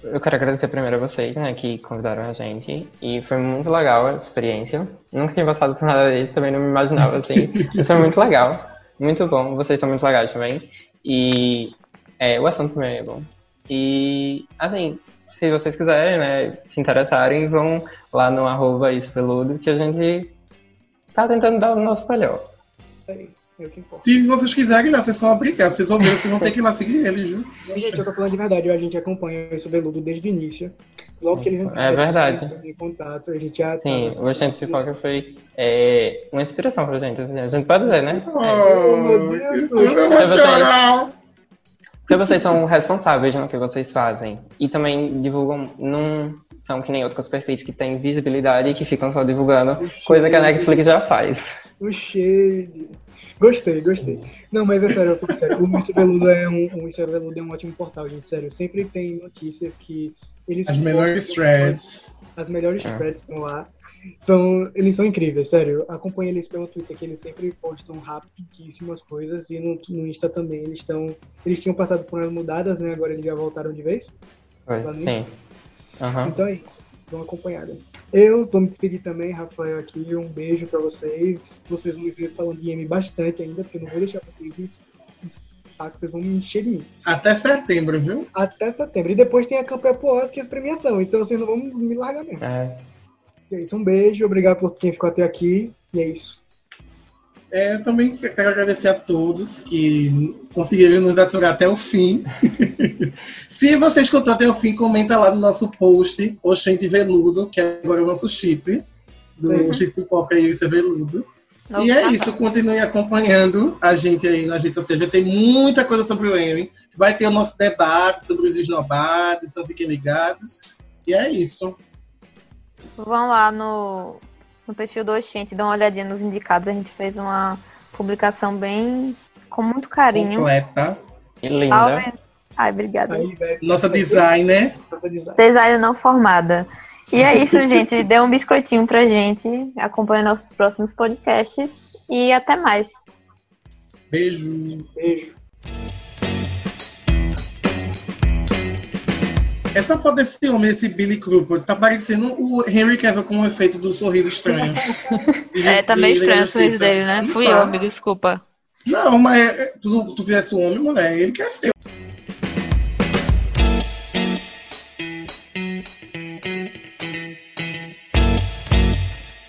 G: Eu quero agradecer primeiro a vocês, né, que convidaram a gente. E foi muito legal a experiência. Nunca tinha passado por nada disso, também não me imaginava assim. Isso foi muito legal. Muito bom. Vocês são muito legais também. E é, o assunto também é bom. E, assim, se vocês quiserem, né, se interessarem, vão lá no arroba isso peludo, que a gente tá tentando dar o nosso melhor.
H: É o que importa.
I: Se vocês quiserem lá, vocês são obrigados. Vocês ouviram, vocês vão ter que ir lá seguir eles, viu?
H: Gente, eu tô falando de verdade. A gente acompanha esse veludo desde o início. Logo que eles entraram,
G: É verdade.
H: a gente entrou em contato, a gente já... tá-
G: Sim,
H: tava-
G: Assim, o Bastante Pipoca foi é, uma inspiração pra gente. assim, a gente pode dizer, né? É,
I: Oh,
H: meu
I: Eu
H: Deus.
I: vou chorar.
G: porque vocês são responsáveis no que vocês fazem. E também divulgam, não são que nem outros perfis que têm visibilidade e que ficam só divulgando, coisa que a Netflix já faz.
H: O Um shade. Gostei, gostei. Não, mas é sério, eu fico sério. O Isso Veludo é um, o Isso é Veludo é um ótimo portal, gente, sério. Sempre tem notícias que eles
I: As melhores
H: postam,
I: threads.
H: As melhores
G: É.
H: threads estão lá. São, eles são incríveis, sério. Acompanhe eles pelo Twitter, que eles sempre postam rapidíssimas coisas. E no, no Insta também, eles estão. Eles tinham passado por umas mudadas, né? Agora eles já voltaram de vez.
G: Foi, Sim. Aham.
H: Então é isso. Dão uma acompanhada. Eu tô me despedindo também, Rafael, aqui. Um beijo pra vocês. Vocês vão me ver falando de M bastante ainda, porque eu não vou deixar vocês em saco, vocês vão me encher de mim.
I: Até setembro, viu?
H: Até setembro. E depois tem a campanha pro Oscar e as premiação, então vocês não vão me largar mesmo.
G: É.
J: E é isso, um beijo, obrigado por quem ficou até aqui. E é isso.
I: É, eu também quero agradecer a todos que conseguiram nos aturar até o fim. Se você escutou até o fim, comenta lá no nosso post Oxente Veludo, que é agora o nosso chip, do
J: Uhum.
I: chip Pipoca e isso é Veludo.
F: Novo
I: E é
F: Natal.
I: isso, continue acompanhando a gente aí nas redes sociais. Vai ter muita coisa sobre o Emmy. Vai ter o nosso debate sobre os esnobados, então fiquem ligados. E é isso.
F: Vão lá no, no perfil do Oxente, dá uma olhadinha nos indicados. A gente fez uma publicação bem com muito carinho.
I: Completa.
G: Que linda.
F: Alves... Ai, obrigada.
J: Aí, velho,
I: Nossa designer.
J: faça design.
F: Design não formada. E é isso, gente. Dê um biscoitinho pra gente. Acompanhe nossos próximos podcasts. E até mais.
I: Beijo.
J: Beijo.
I: Essa foto É desse homem, esse Billy Cooper, tá parecendo o Henry Cavill com o efeito do sorriso estranho.
F: É, tá meio
I: Ele-
F: estranho
I: ele-
F: o né? sorriso dele, né? Fui eu, amigo, desculpa.
I: Não, mas é- tu, tu fizesse um homem, mulher, ele que é feio.